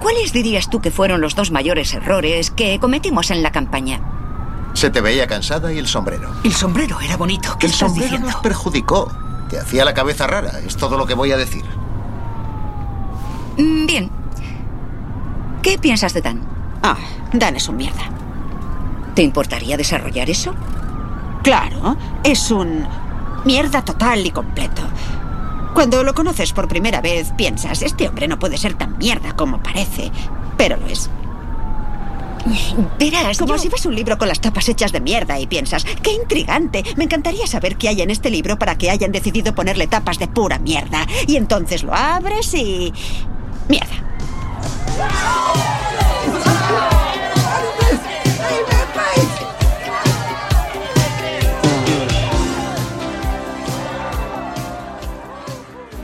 ¿Cuáles dirías tú que fueron los dos mayores errores que cometimos en la campaña?
Se te veía cansada y el sombrero.
El sombrero era bonito. ¿Qué
el
estás
sombrero
diciendo?
nos perjudicó. Te hacía la cabeza rara, es todo lo que voy a decir.
Mm, Bien. ¿Qué piensas de Dan?
Ah, Dan es un mierda.
¿Te importaría desarrollar eso?
Claro, es un mierda total y completo. Cuando lo conoces por primera vez, piensas, este hombre no puede ser tan mierda como parece, pero lo es. Verás, como si ves un libro con las tapas hechas de mierda y piensas, qué intrigante, me encantaría saber qué hay en este libro para que hayan decidido ponerle tapas de pura mierda. Y entonces lo abres y... Mierda.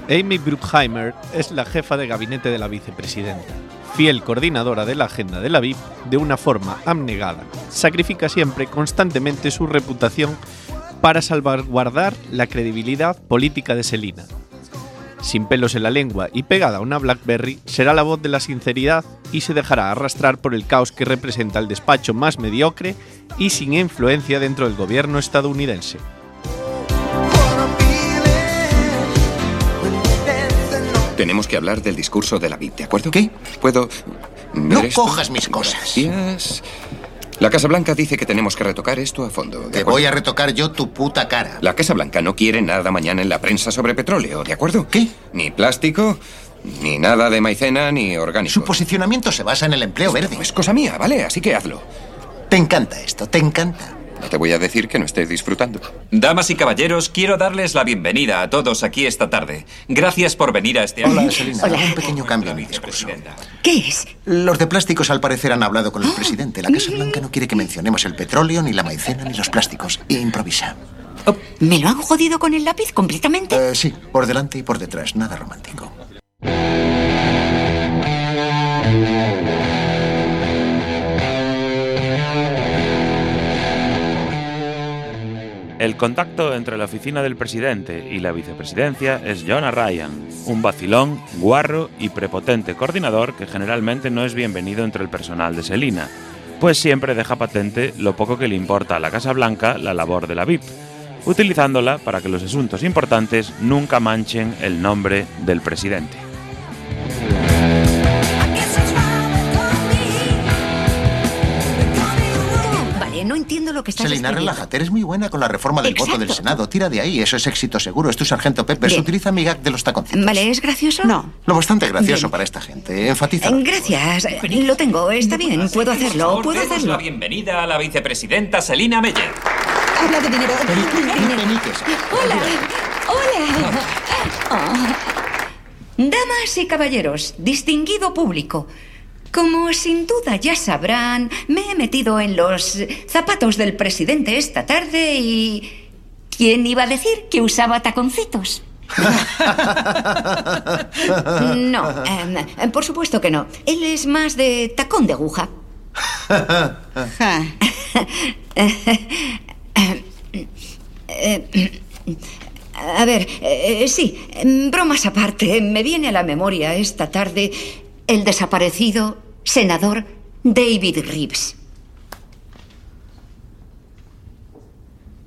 Amy Bruckheimer es la jefa de gabinete de la vicepresidenta. Fiel coordinadora de la agenda de la VIP, de una forma abnegada, sacrifica siempre constantemente su reputación para salvaguardar la credibilidad política de Selina. Sin pelos en la lengua y pegada a una Blackberry, será la voz de la sinceridad y se dejará arrastrar por el caos que representa el despacho más mediocre y sin influencia dentro del gobierno estadounidense.
Tenemos que hablar del discurso de la VIP, ¿de acuerdo? ¿Qué? ¿Puedo.?
No cojas mis cosas.
Gracias. La Casa Blanca dice que tenemos que retocar esto a fondo. ¿de
Te
acuerdo?
voy a retocar yo tu puta cara.
La Casa Blanca no quiere nada mañana en la prensa sobre petróleo, ¿de acuerdo? ¿Qué? Ni plástico, ni nada de maicena, ni orgánico. Su
posicionamiento se basa en el empleo verde.
Es cosa mía, ¿vale? Así que hazlo.
Te encanta esto, te encanta.
No te voy a decir que no estés disfrutando. Damas y caballeros, quiero darles la bienvenida a todos aquí esta tarde. Gracias por venir a este...
Hola, Selina. Un pequeño cambio en mi discurso.
¿Qué es? Ah.
Los de plásticos al parecer han hablado con el presidente. La Casa Blanca no quiere que mencionemos el petróleo, ni la maicena, ni los plásticos. E improvisa.
Oh, ¿Me lo han jodido con el lápiz completamente?
Eh, sí, por delante y por detrás. Nada romántico.
El contacto entre la oficina del presidente y la vicepresidencia es Jonah Ryan, un vacilón, guarro y prepotente coordinador que generalmente no es bienvenido entre el personal de Selina, pues siempre deja patente lo poco que le importa a la Casa Blanca la labor de la VIP, utilizándola para que los asuntos importantes nunca manchen el nombre del presidente.
Vale, no entiendo lo que estás
Selina,
escribiendo.
relájate. Eres muy buena con la reforma del voto del Senado. Tira de ahí. Eso es éxito seguro. Es tu sargento Peppers.
Bien.
Utiliza mi gag de los taconcitos.
Vale, ¿es gracioso? No.
Lo bastante gracioso para esta gente. ¿eh? Enfatiza.
Gracias, lo tengo, está bien, puedo hacerlo,
Por
puedo
favor, demos
hacerlo.
la bienvenida a la vicepresidenta Selina Meyer.
Habla de dinero.
Hola.
Hola. Ah. Damas y caballeros, distinguido público. Como sin duda ya sabrán, me he metido en los eh, zapatos del presidente esta tarde y... ¿Quién iba a decir que usaba taconcitos? No, em, por supuesto que no. Él es más de tacón de aguja. Ja. Eh, A ver, eh, sí, em, bromas aparte, me viene a la memoria esta tarde el desaparecido senador David Reeves.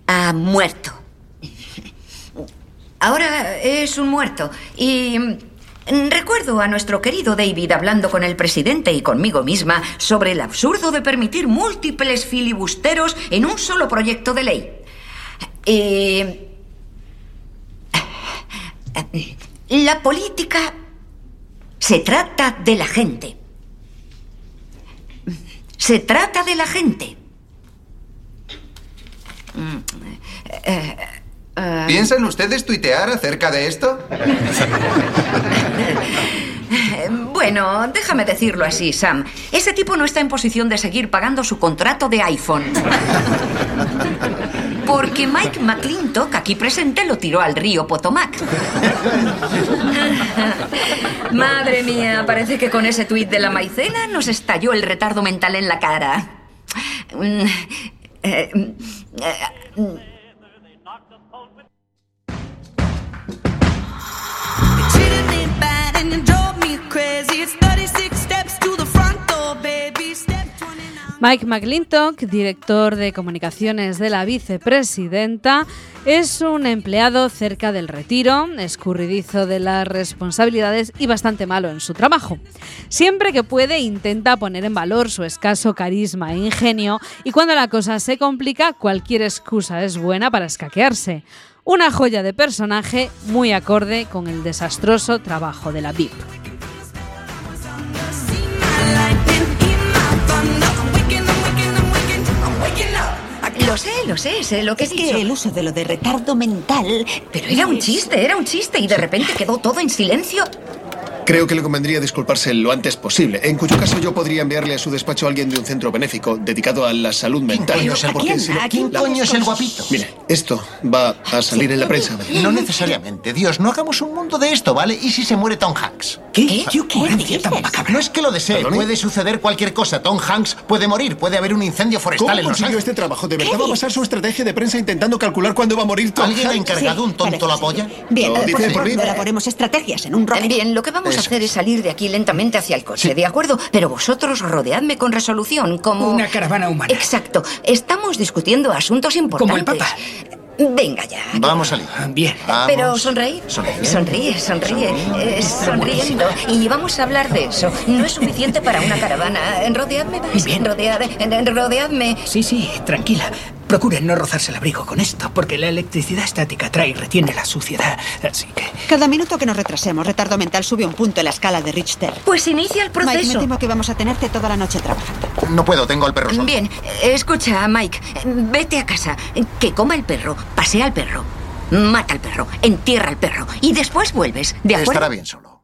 Ha muerto. Ahora es un muerto y mm, recuerdo a nuestro querido David hablando con el presidente y conmigo misma sobre el absurdo de permitir múltiples filibusteros en un solo proyecto de ley. Eh, Y La política se trata de la gente. Se trata de la gente. Mm, eh, eh,
Mm. ¿Piensan ustedes tuitear acerca de esto?
eh, Bueno, déjame decirlo así, Sam. Ese tipo no está en posición de seguir pagando su contrato de iPhone. Porque Mike McClintock, aquí presente, lo tiró al río Potomac. Madre mía, parece que con ese tuit de la maicena nos estalló el retardo mental en la cara. Mm, eh, mm, eh,
Mike McClintock, director de comunicaciones de la vicepresidenta, es un empleado cerca del retiro, escurridizo de las responsabilidades y bastante malo en su trabajo. Siempre que puede intenta poner en valor su escaso carisma e ingenio y cuando la cosa se complica cualquier excusa es buena para escaquearse. Una joya de personaje muy acorde con el desastroso trabajo de la VIP.
Lo sé, lo sé, sé lo que es que el uso de lo de retardo mental. Pero era un chiste, era un chiste y de repente quedó todo en silencio.
Creo que le convendría disculparse lo antes posible, en cuyo caso yo podría enviarle a su despacho a alguien de un centro benéfico dedicado a la salud mental.
coño?
No sé
¿A
por qué
quién?
he sido-
¿A quién
La-
coño es el guapito? Ah,
Mire, esto va a salir en la prensa.
No necesariamente. Dios, no hagamos un mundo de esto, ¿vale? ¿Y si se muere Tom Hanks? ¿Qué? ¿Qué ocurrencia tan macabra? No es que lo desee.
¿Perdone?
Puede suceder cualquier cosa. Tom Hanks puede morir. Puede haber un incendio
¿Cómo
forestal en Los
consiguió
Ángeles.
este trabajo? ¿De verdad va a pasar su estrategia de prensa intentando calcular cuándo va a morir Tom
¿Alguien ha
Hanks?
encargado un tonto la polla?
Bien,
No,
eh,
dice por
por favor,
mí.
elaboremos estrategias en un rock. Bien, lo que vamos a hacer es salir de aquí lentamente hacia el coche, ¿de acuerdo? Pero vosotros rodeadme con resolución, como... Una caravana humana. Exacto. Estamos discutiendo asuntos importantes. Como el Papa. Venga ya.
Vamos a salir. Bien.
Pero sonreír.
Sonríe.
Sonríe, sonríe. eh, sonriendo. Y vamos a hablar de eso. No es suficiente para una caravana. Rodeadme más. Rodead, eh, rodeadme.
Sí, sí, tranquila. Procuren no rozarse el abrigo con esto, porque la electricidad estática atrae y retiene la suciedad. Así que.
Cada minuto que nos retrasemos, retardo mental sube un punto en la escala de Richter.
Pues inicia el proceso.
Mike, me temo que vamos a tenerte toda la noche trabajando.
No puedo, tengo al perro solo.
Bien, escucha, Mike, vete a casa, que coma el perro, pasea al perro, mata al perro, entierra al perro y después vuelves, ¿de acuerdo?
Estará bien solo.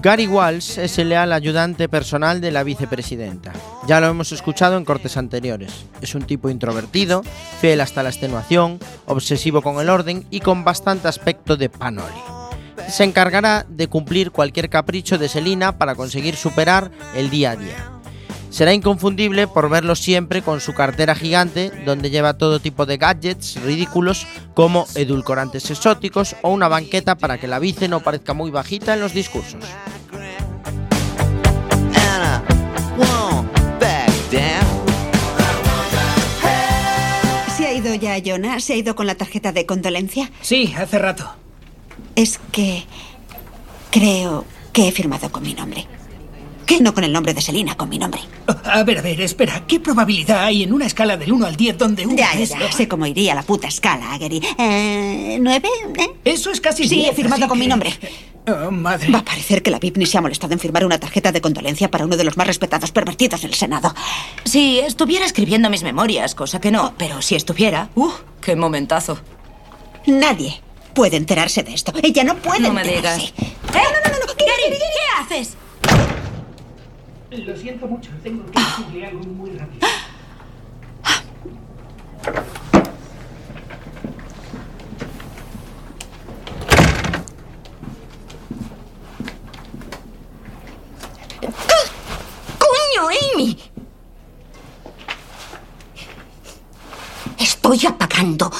Gary Walsh es el leal ayudante personal de la vicepresidenta. Ya lo hemos escuchado en cortes anteriores. Es un tipo introvertido, fiel hasta la extenuación, obsesivo con el orden y con bastante aspecto de panoli. Se encargará de cumplir cualquier capricho de Selina para conseguir superar el día a día. Será inconfundible por verlo siempre con su cartera gigante, donde lleva todo tipo de gadgets ridículos como edulcorantes exóticos o una banqueta para que la vice no parezca muy bajita en los discursos.
¿Se ha ido ya, Jonah? ¿Se ha ido con la tarjeta de condolencia?
Sí, hace rato.
Es que. Creo que he firmado con mi nombre. Que no con el nombre de Selina, con mi nombre.
A ver, a ver, espera. ¿Qué probabilidad hay en una escala del 1 al 10 donde uno
Ya, ya,
es
ya. Sé cómo iría la puta escala, Gary. Eh, ¿Nueve? eh?
Eso es casi
Sí,
diez,
he firmado
así
con mi
que-
nombre.
Oh, madre.
Va a parecer que la VIP ni se ha molestado en firmar una tarjeta de condolencia para uno de los más respetados pervertidos del Senado. Oh.
Si estuviera escribiendo mis memorias, cosa que no, pero si estuviera, ¡uh! ¡Qué momentazo!
Nadie puede enterarse de esto. Ella no puede
No me
enterarse. ¡Eh,
digas.
no, no, no! no. ¿Qué, qué, qué, qué?
¿Qué haces?
Lo siento mucho, tengo que
Ah.
decirle algo muy rápido.
¡Coño, Amy! Estoy apagando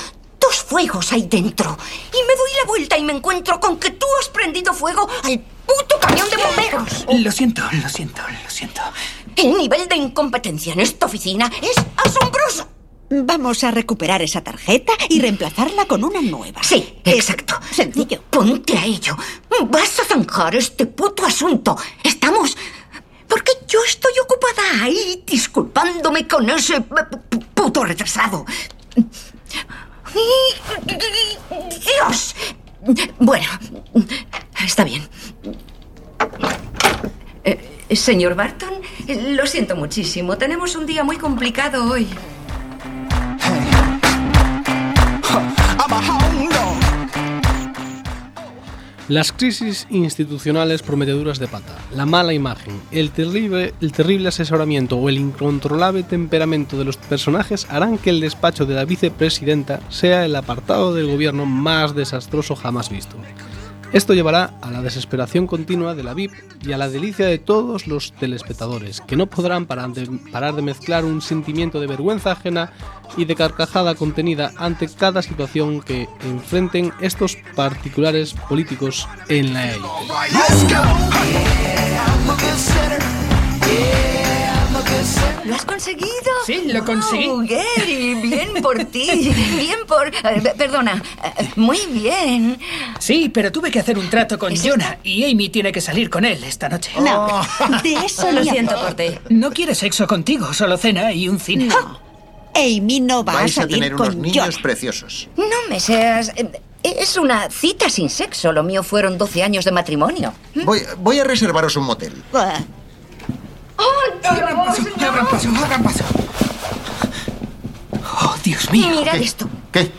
dos fuegos ahí dentro. Y me doy la vuelta y me encuentro con que tú has prendido fuego al puto camión de bomberos.
Lo siento, lo siento, lo siento.
El nivel de incompetencia en esta oficina es asombroso.
Vamos a recuperar esa tarjeta y reemplazarla con una nueva.
Mm. Sí, exacto.
Sencillo.
Ponte a ello. Vas a zanjar este puto asunto. Estamos. Porque yo estoy ocupada ahí disculpándome con ese p- p- puto retrasado. Dios. Bueno, está bien. Eh, señor Barton, lo siento muchísimo. Tenemos un día muy complicado hoy.
Las crisis institucionales prometeduras de pata, la mala imagen, el terrible, el terrible asesoramiento o el incontrolable temperamento de los personajes harán que el despacho de la vicepresidenta sea el apartado del gobierno más desastroso jamás visto. Esto llevará a la desesperación continua de la VIP y a la delicia de todos los telespectadores, que no podrán parar de, parar de mezclar un sentimiento de vergüenza ajena y de carcajada contenida ante cada situación que enfrenten estos particulares políticos en la élite.
¿Lo has conseguido?
Sí, lo conseguí.
Oh, Gary, bien por ti. Bien por. eh, perdona. eh, Muy bien.
Sí, pero tuve que hacer un trato con Jonah y Amy tiene que salir con él esta noche.
No, de eso
Oh. Lo
ni
siento
hablar.
por ti.
No quiere sexo contigo, solo cena y un cine.
Ah.
Amy no va
Vais
a
a
salir
tener unos
con
niños
John.
preciosos.
No me seas. eh, Es una cita sin sexo. Lo mío fueron 12 años de matrimonio.
Voy, voy a reservaros un motel.
Ah,
Abran paso, abran paso, abran paso. Oh, Dios mío.
Mirad esto.
¿Qué?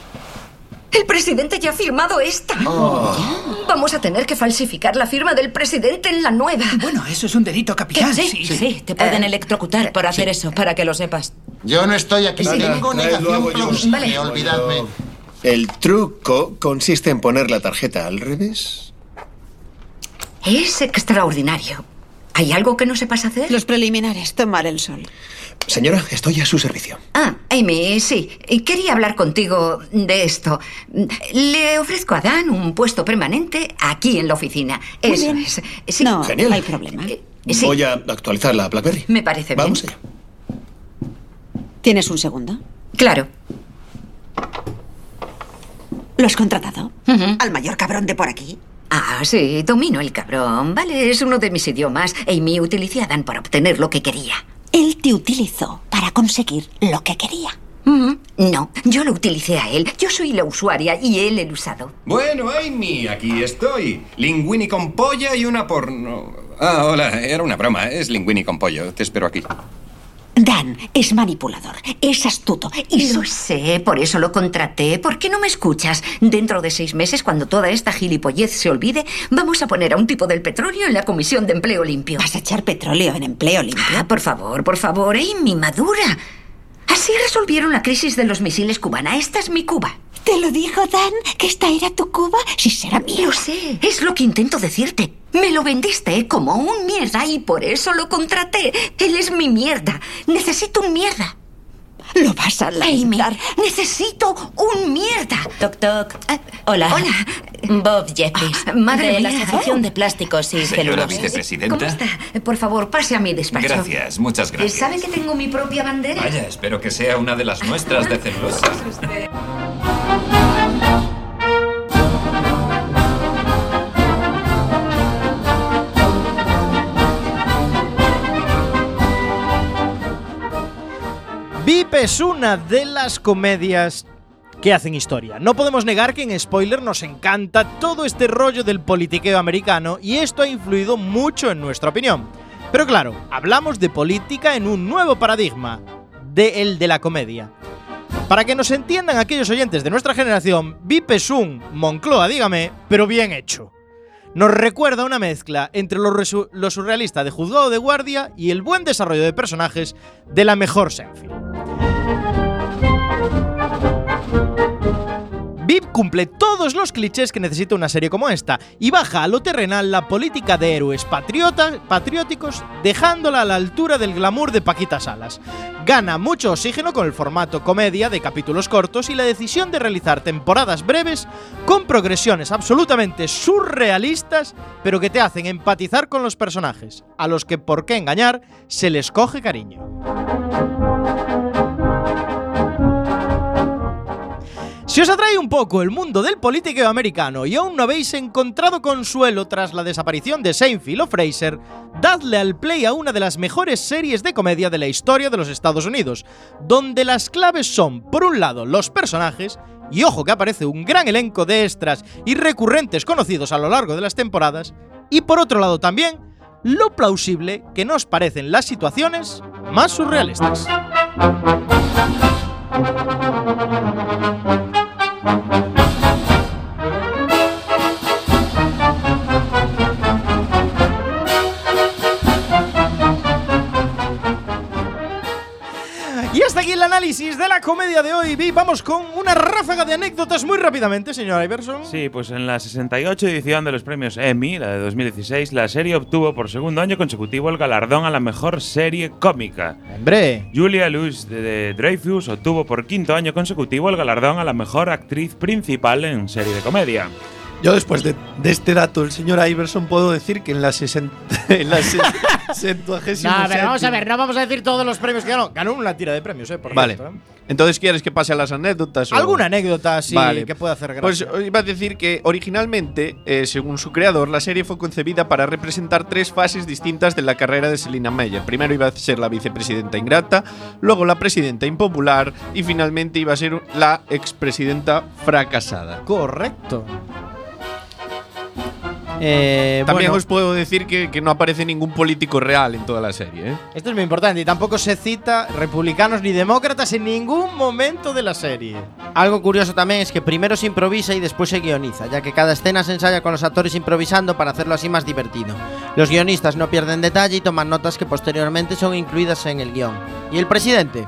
El presidente ya ha firmado esta. Vamos a tener que falsificar la firma del presidente en la nueva.
Bueno, eso es un delito capital.
Sí, sí, te pueden
Eh,
electrocutar por hacer eso, para que lo sepas.
Yo no estoy aquí.
Sí.
Tengo
Traedlo,
negación
hago yo.
plausible,
Vale.
olvidadme.
El truco consiste en poner la tarjeta al revés.
Es extraordinario. ¿Hay algo que no sepas hacer?
Los preliminares, tomar el sol.
Señora, estoy a su servicio.
Ah, Amy, sí. Quería hablar contigo de esto. Le ofrezco a Dan un puesto permanente aquí en la oficina.
Muy
Eso
bien.
es. Sí.
No,
Genial.
no hay problema.
Sí.
Voy a actualizar la BlackBerry.
Me parece bien.
Vamos allá.
¿Tienes un segundo?
Claro.
¿Lo has contratado? Al mayor cabrón de por aquí.
Ah, sí, domino el cabrón. Vale, es uno de mis idiomas. Amy utilicé a Dan para obtener lo que quería.
Él te utilizó para conseguir lo que quería.
Mm, No, yo lo utilicé a él. Yo soy la usuaria y él el usado.
Bueno, Amy, aquí estoy. Linguini con polla y una porno. Ah, hola, era una broma. ¿eh? Es linguini con pollo. Te espero aquí.
Dan es manipulador, es astuto y
Lo sé, por eso lo contraté. ¿Por qué no me escuchas? Dentro de seis meses, cuando toda esta gilipollez se olvide, vamos a poner a un tipo del petróleo en la Comisión de Empleo Limpio.
¿Vas a echar petróleo en empleo limpio?
Ah, por favor, por favor, Amy, madura. Así resolvieron la crisis de los misiles cubana. Esta es mi Cuba.
¿Te lo dijo Dan que esta era tu Cuba? Si será mía.
Lo sé, es lo que intento decirte. Me lo vendiste como un mierda y por eso lo contraté. Él es mi mierda. Necesito un mierda.
Lo vas a lamentar.
Necesito un mierda. Ah,
Toc toc. Hola.
Hola.
Bob Jeffries,
Ah, madre
de la
mía.
Asociación de Plásticos y
Señora
Celulosas.
vicepresidenta.
¿Cómo está? Eh, Por favor, pase a mi despacho.
Gracias, muchas
Eh,
gracias.
¿Sabe que tengo mi propia bandera?
Vaya, espero que sea una de las nuestras de celulosa.
VIP es una de las comedias que hacen historia. No podemos negar que en spoiler nos encanta todo este rollo del politiqueo americano y esto ha influido mucho en nuestra opinión. Pero claro, hablamos de política en un nuevo paradigma, de el de la comedia. Para que nos entiendan aquellos oyentes de nuestra generación, VIP es un Moncloa, dígame, pero bien hecho. Nos recuerda una mezcla entre lo, resu- lo surrealista de Juzgado de Guardia y el buen desarrollo de personajes de la mejor Senfi. VIP cumple todos los clichés que necesita una serie como esta y baja a lo terrenal la política de héroes patriotas, patrióticos, dejándola a la altura del glamour de Paquita Salas. Gana mucho oxígeno con el formato comedia de capítulos cortos y la decisión de realizar temporadas breves con progresiones absolutamente surrealistas, pero que te hacen empatizar con los personajes, a los que por qué engañar se les coge cariño. Si os atrae un poco el mundo del politiqueo americano y aún no habéis encontrado consuelo tras la desaparición de Seinfeld o Fraser, dadle al play a una de las mejores series de comedia de la historia de los Estados Unidos, donde las claves son, por un lado, los personajes, y ojo que aparece un gran elenco de extras y recurrentes conocidos a lo largo de las temporadas, y por otro lado también, lo plausible que nos parecen las situaciones más surrealistas. Y hasta aquí el análisis de la comedia de hoy. Vi, vamos con una ráfaga de anécdotas muy rápidamente, señor Iverson.
Sí, pues en la 68 edición de los premios Emmy, la de 2016, la serie obtuvo por segundo año consecutivo el galardón a la mejor serie cómica.
Hombre.
Julia Louis de, de Dreyfus obtuvo por quinto año consecutivo el galardón a la mejor actriz principal en serie de comedia.
Yo después de, de este dato, el señor Iverson, puedo decir que en la 60... En la se- 67.
No, a ver, vamos a ver, no vamos a decir todos los premios que ganó. Ganó una tira de premios, ¿eh? Por
Vale.
cierto, ¿eh?
Entonces, ¿quieres que pase a las anécdotas? o-
Alguna anécdota así
Vale.
que pueda hacer
Pues
gracia.
eh, iba a decir que originalmente, eh, según su creador, la serie fue concebida para representar tres fases distintas de la carrera de Selina Meyer. Primero iba a ser la vicepresidenta ingrata, luego la presidenta impopular y finalmente iba a ser la expresidenta fracasada.
Correcto. Eh,
También
bueno.
os puedo decir que, que no aparece ningún político real en toda la serie. ¿eh?
Esto es muy importante y tampoco se cita republicanos ni demócratas en ningún momento de la serie.
Algo curioso también es que primero se improvisa y después se guioniza, ya que cada escena se ensaya con los actores improvisando para hacerlo así más divertido. Los guionistas no pierden detalle y toman notas que posteriormente son incluidas en el guión. ¿Y el presidente?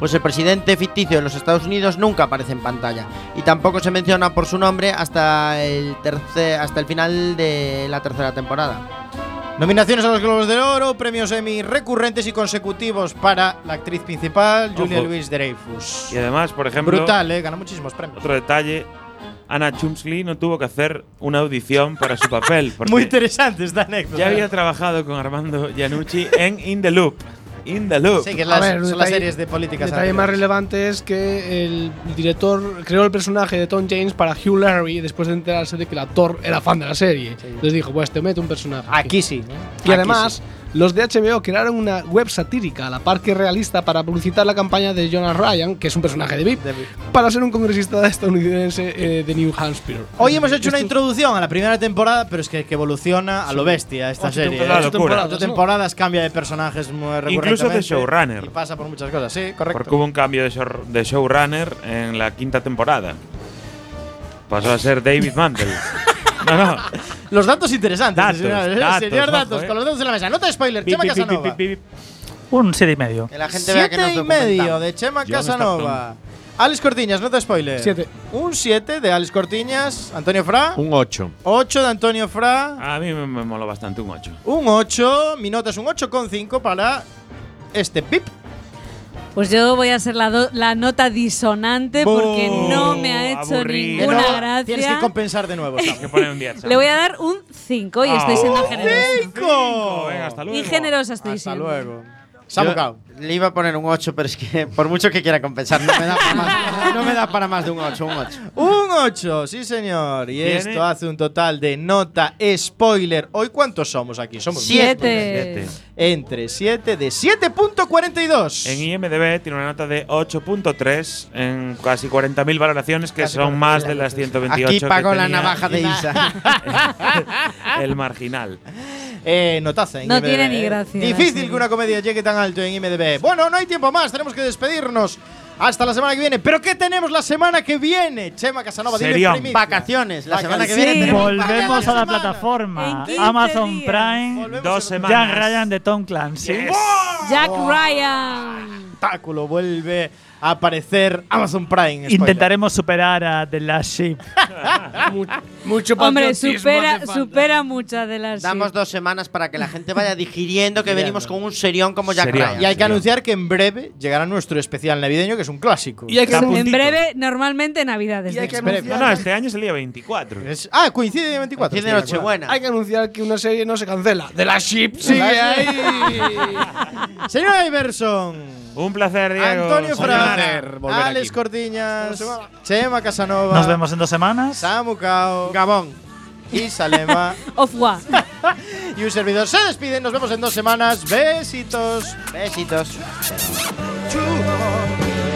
Pues el presidente ficticio de los Estados Unidos nunca aparece en pantalla y tampoco se menciona por su nombre hasta el, terce- hasta el final de la tercera temporada.
Nominaciones a los Globos de Oro, premios Emmy recurrentes y consecutivos para la actriz principal, Julia
Ojo.
Louis Dreyfus.
Y además, por ejemplo.
Brutal, ¿eh? Ganó muchísimos premios.
Otro detalle. Anna Chumsley no tuvo que hacer una audición para su papel. Porque
Muy interesante esta anécdota.
Ya había trabajado con Armando Iannucci en In the Loop. In the Loop.
Sí, que es
A
las-
ver, un
son las
detalle-
series de políticas.
El detalle más relevante es que el director creó el personaje de Tom James para Hugh Larry después de enterarse de que el actor era fan de la serie. Les dijo, pues te meto un personaje.
Aquí sí.
Y además, los de HBO crearon una web satírica a la par que realista para publicitar la campaña de Jonas Ryan, que es un personaje de VIP, para ser un congresista estadounidense eh, de New Hampshire.
Hoy hemos hecho una
Esto-
introducción a la primera temporada, pero es que, que evoluciona a lo
Sí.
bestia esta
Ocho
serie.
temporadas,
¿eh?
Ocho locura.
Ocho temporadas, cambia de personajes muy
Incluso de
recurrentemente
showrunner.
Y pasa por muchas cosas, sí, correcto.
Porque hubo un cambio de, show- de showrunner en la quinta temporada. Pasó a ser David Mantle. No, no.
Los datos interesantes.
Datos,
señor,
datos,
señor
ojo,
datos,
eh.
con los datos en la mesa. Nota de spoiler,
Pi,
Chema
pi, pi,
Casanova.
pi, pi, pi, pi. Un 7 y medio.
Que la gente vea que nos Siete y documentamos. medio de Chema
John
Casanova. Alex Cortiñas, nota de spoiler.
Siete.
Un 7 de Alex Cortiñas. Antonio Fra.
Un 8.
8 de Antonio Fra.
A mí me, me moló bastante Ah, un 8.
Un 8. Mi nota es un 8,5 para este pip.
Pues yo voy a ser la, do- la nota disonante
Buh,
porque no me ha hecho
aburrido.
ninguna
Que no,
gracia.
Tienes que compensar de nuevo. Sam.
Le voy a dar un 5 y estoy siendo generosa.
Venga,
hasta
Y generosa estoy siendo.
luego.
Samu
Cao.
Le iba a poner un 8, pero es que por mucho que quiera compensar, no me da para más, no me da para más de un 8. Un 8.
Un 8, sí señor. Y
Tiene-
esto hace un total de nota spoiler. Hoy cuántos somos aquí? Somos
Siete.
muchos. Entre 7 de 7.42.
En IMDb tiene una nota de 8.3 en casi 40.000 valoraciones, que son más de las 128
Aquí
que
pagó la
tenía
navaja de Isa.
el marginal.
Eh, notaza en
No
IMDb,
tiene
eh.
ni gracia la
Difícil
serie.
que una comedia llegue tan alto en IMDb. Bueno, no hay tiempo más, tenemos que despedirnos. Hasta la semana que viene. ¿Pero qué tenemos la semana que viene? Chema Casanova, dime
Serión.
primicia.
Vacaciones, la semana que
Sí.
viene tenemos
Volvemos a la plataforma. Amazon Prime.
Dos
Jack
semanas.
Ryan de Tom Clancy.
Jack Ryan.
Espectáculo, vuelve a aparecer Amazon Prime. spoiler.
Intentaremos superar a The Last Ship.
Mucho
Hombre,
patriotismo
supera,
hace falta.
supera muchas de las.
Damos dos semanas para que la gente vaya digiriendo que venimos con un serión como Jack
Serión,
Ryan.
Y hay que anunciar que en breve llegará nuestro especial navideño, que es un clásico.
Y hay que en breve, normalmente Navidades. de hecho.
No, no, este año es el día 24.
Ah, coincide el 24.
Coincide Nochebuena.
Hay que anunciar que una serie no se cancela. De la ship sigue ahí.
Señor Iverson.
Un placer, Diego.
Antonio
Un
Fran,
placer volver
Alex
aquí.
Cortiñas, Chema Casanova,
Nos vemos en dos semanas.
Samu Cao, Gabón y Salema.
Ofwa.
y un servidor se despide. Nos vemos en dos semanas. Besitos. Besitos.
True love
Oh, Oh,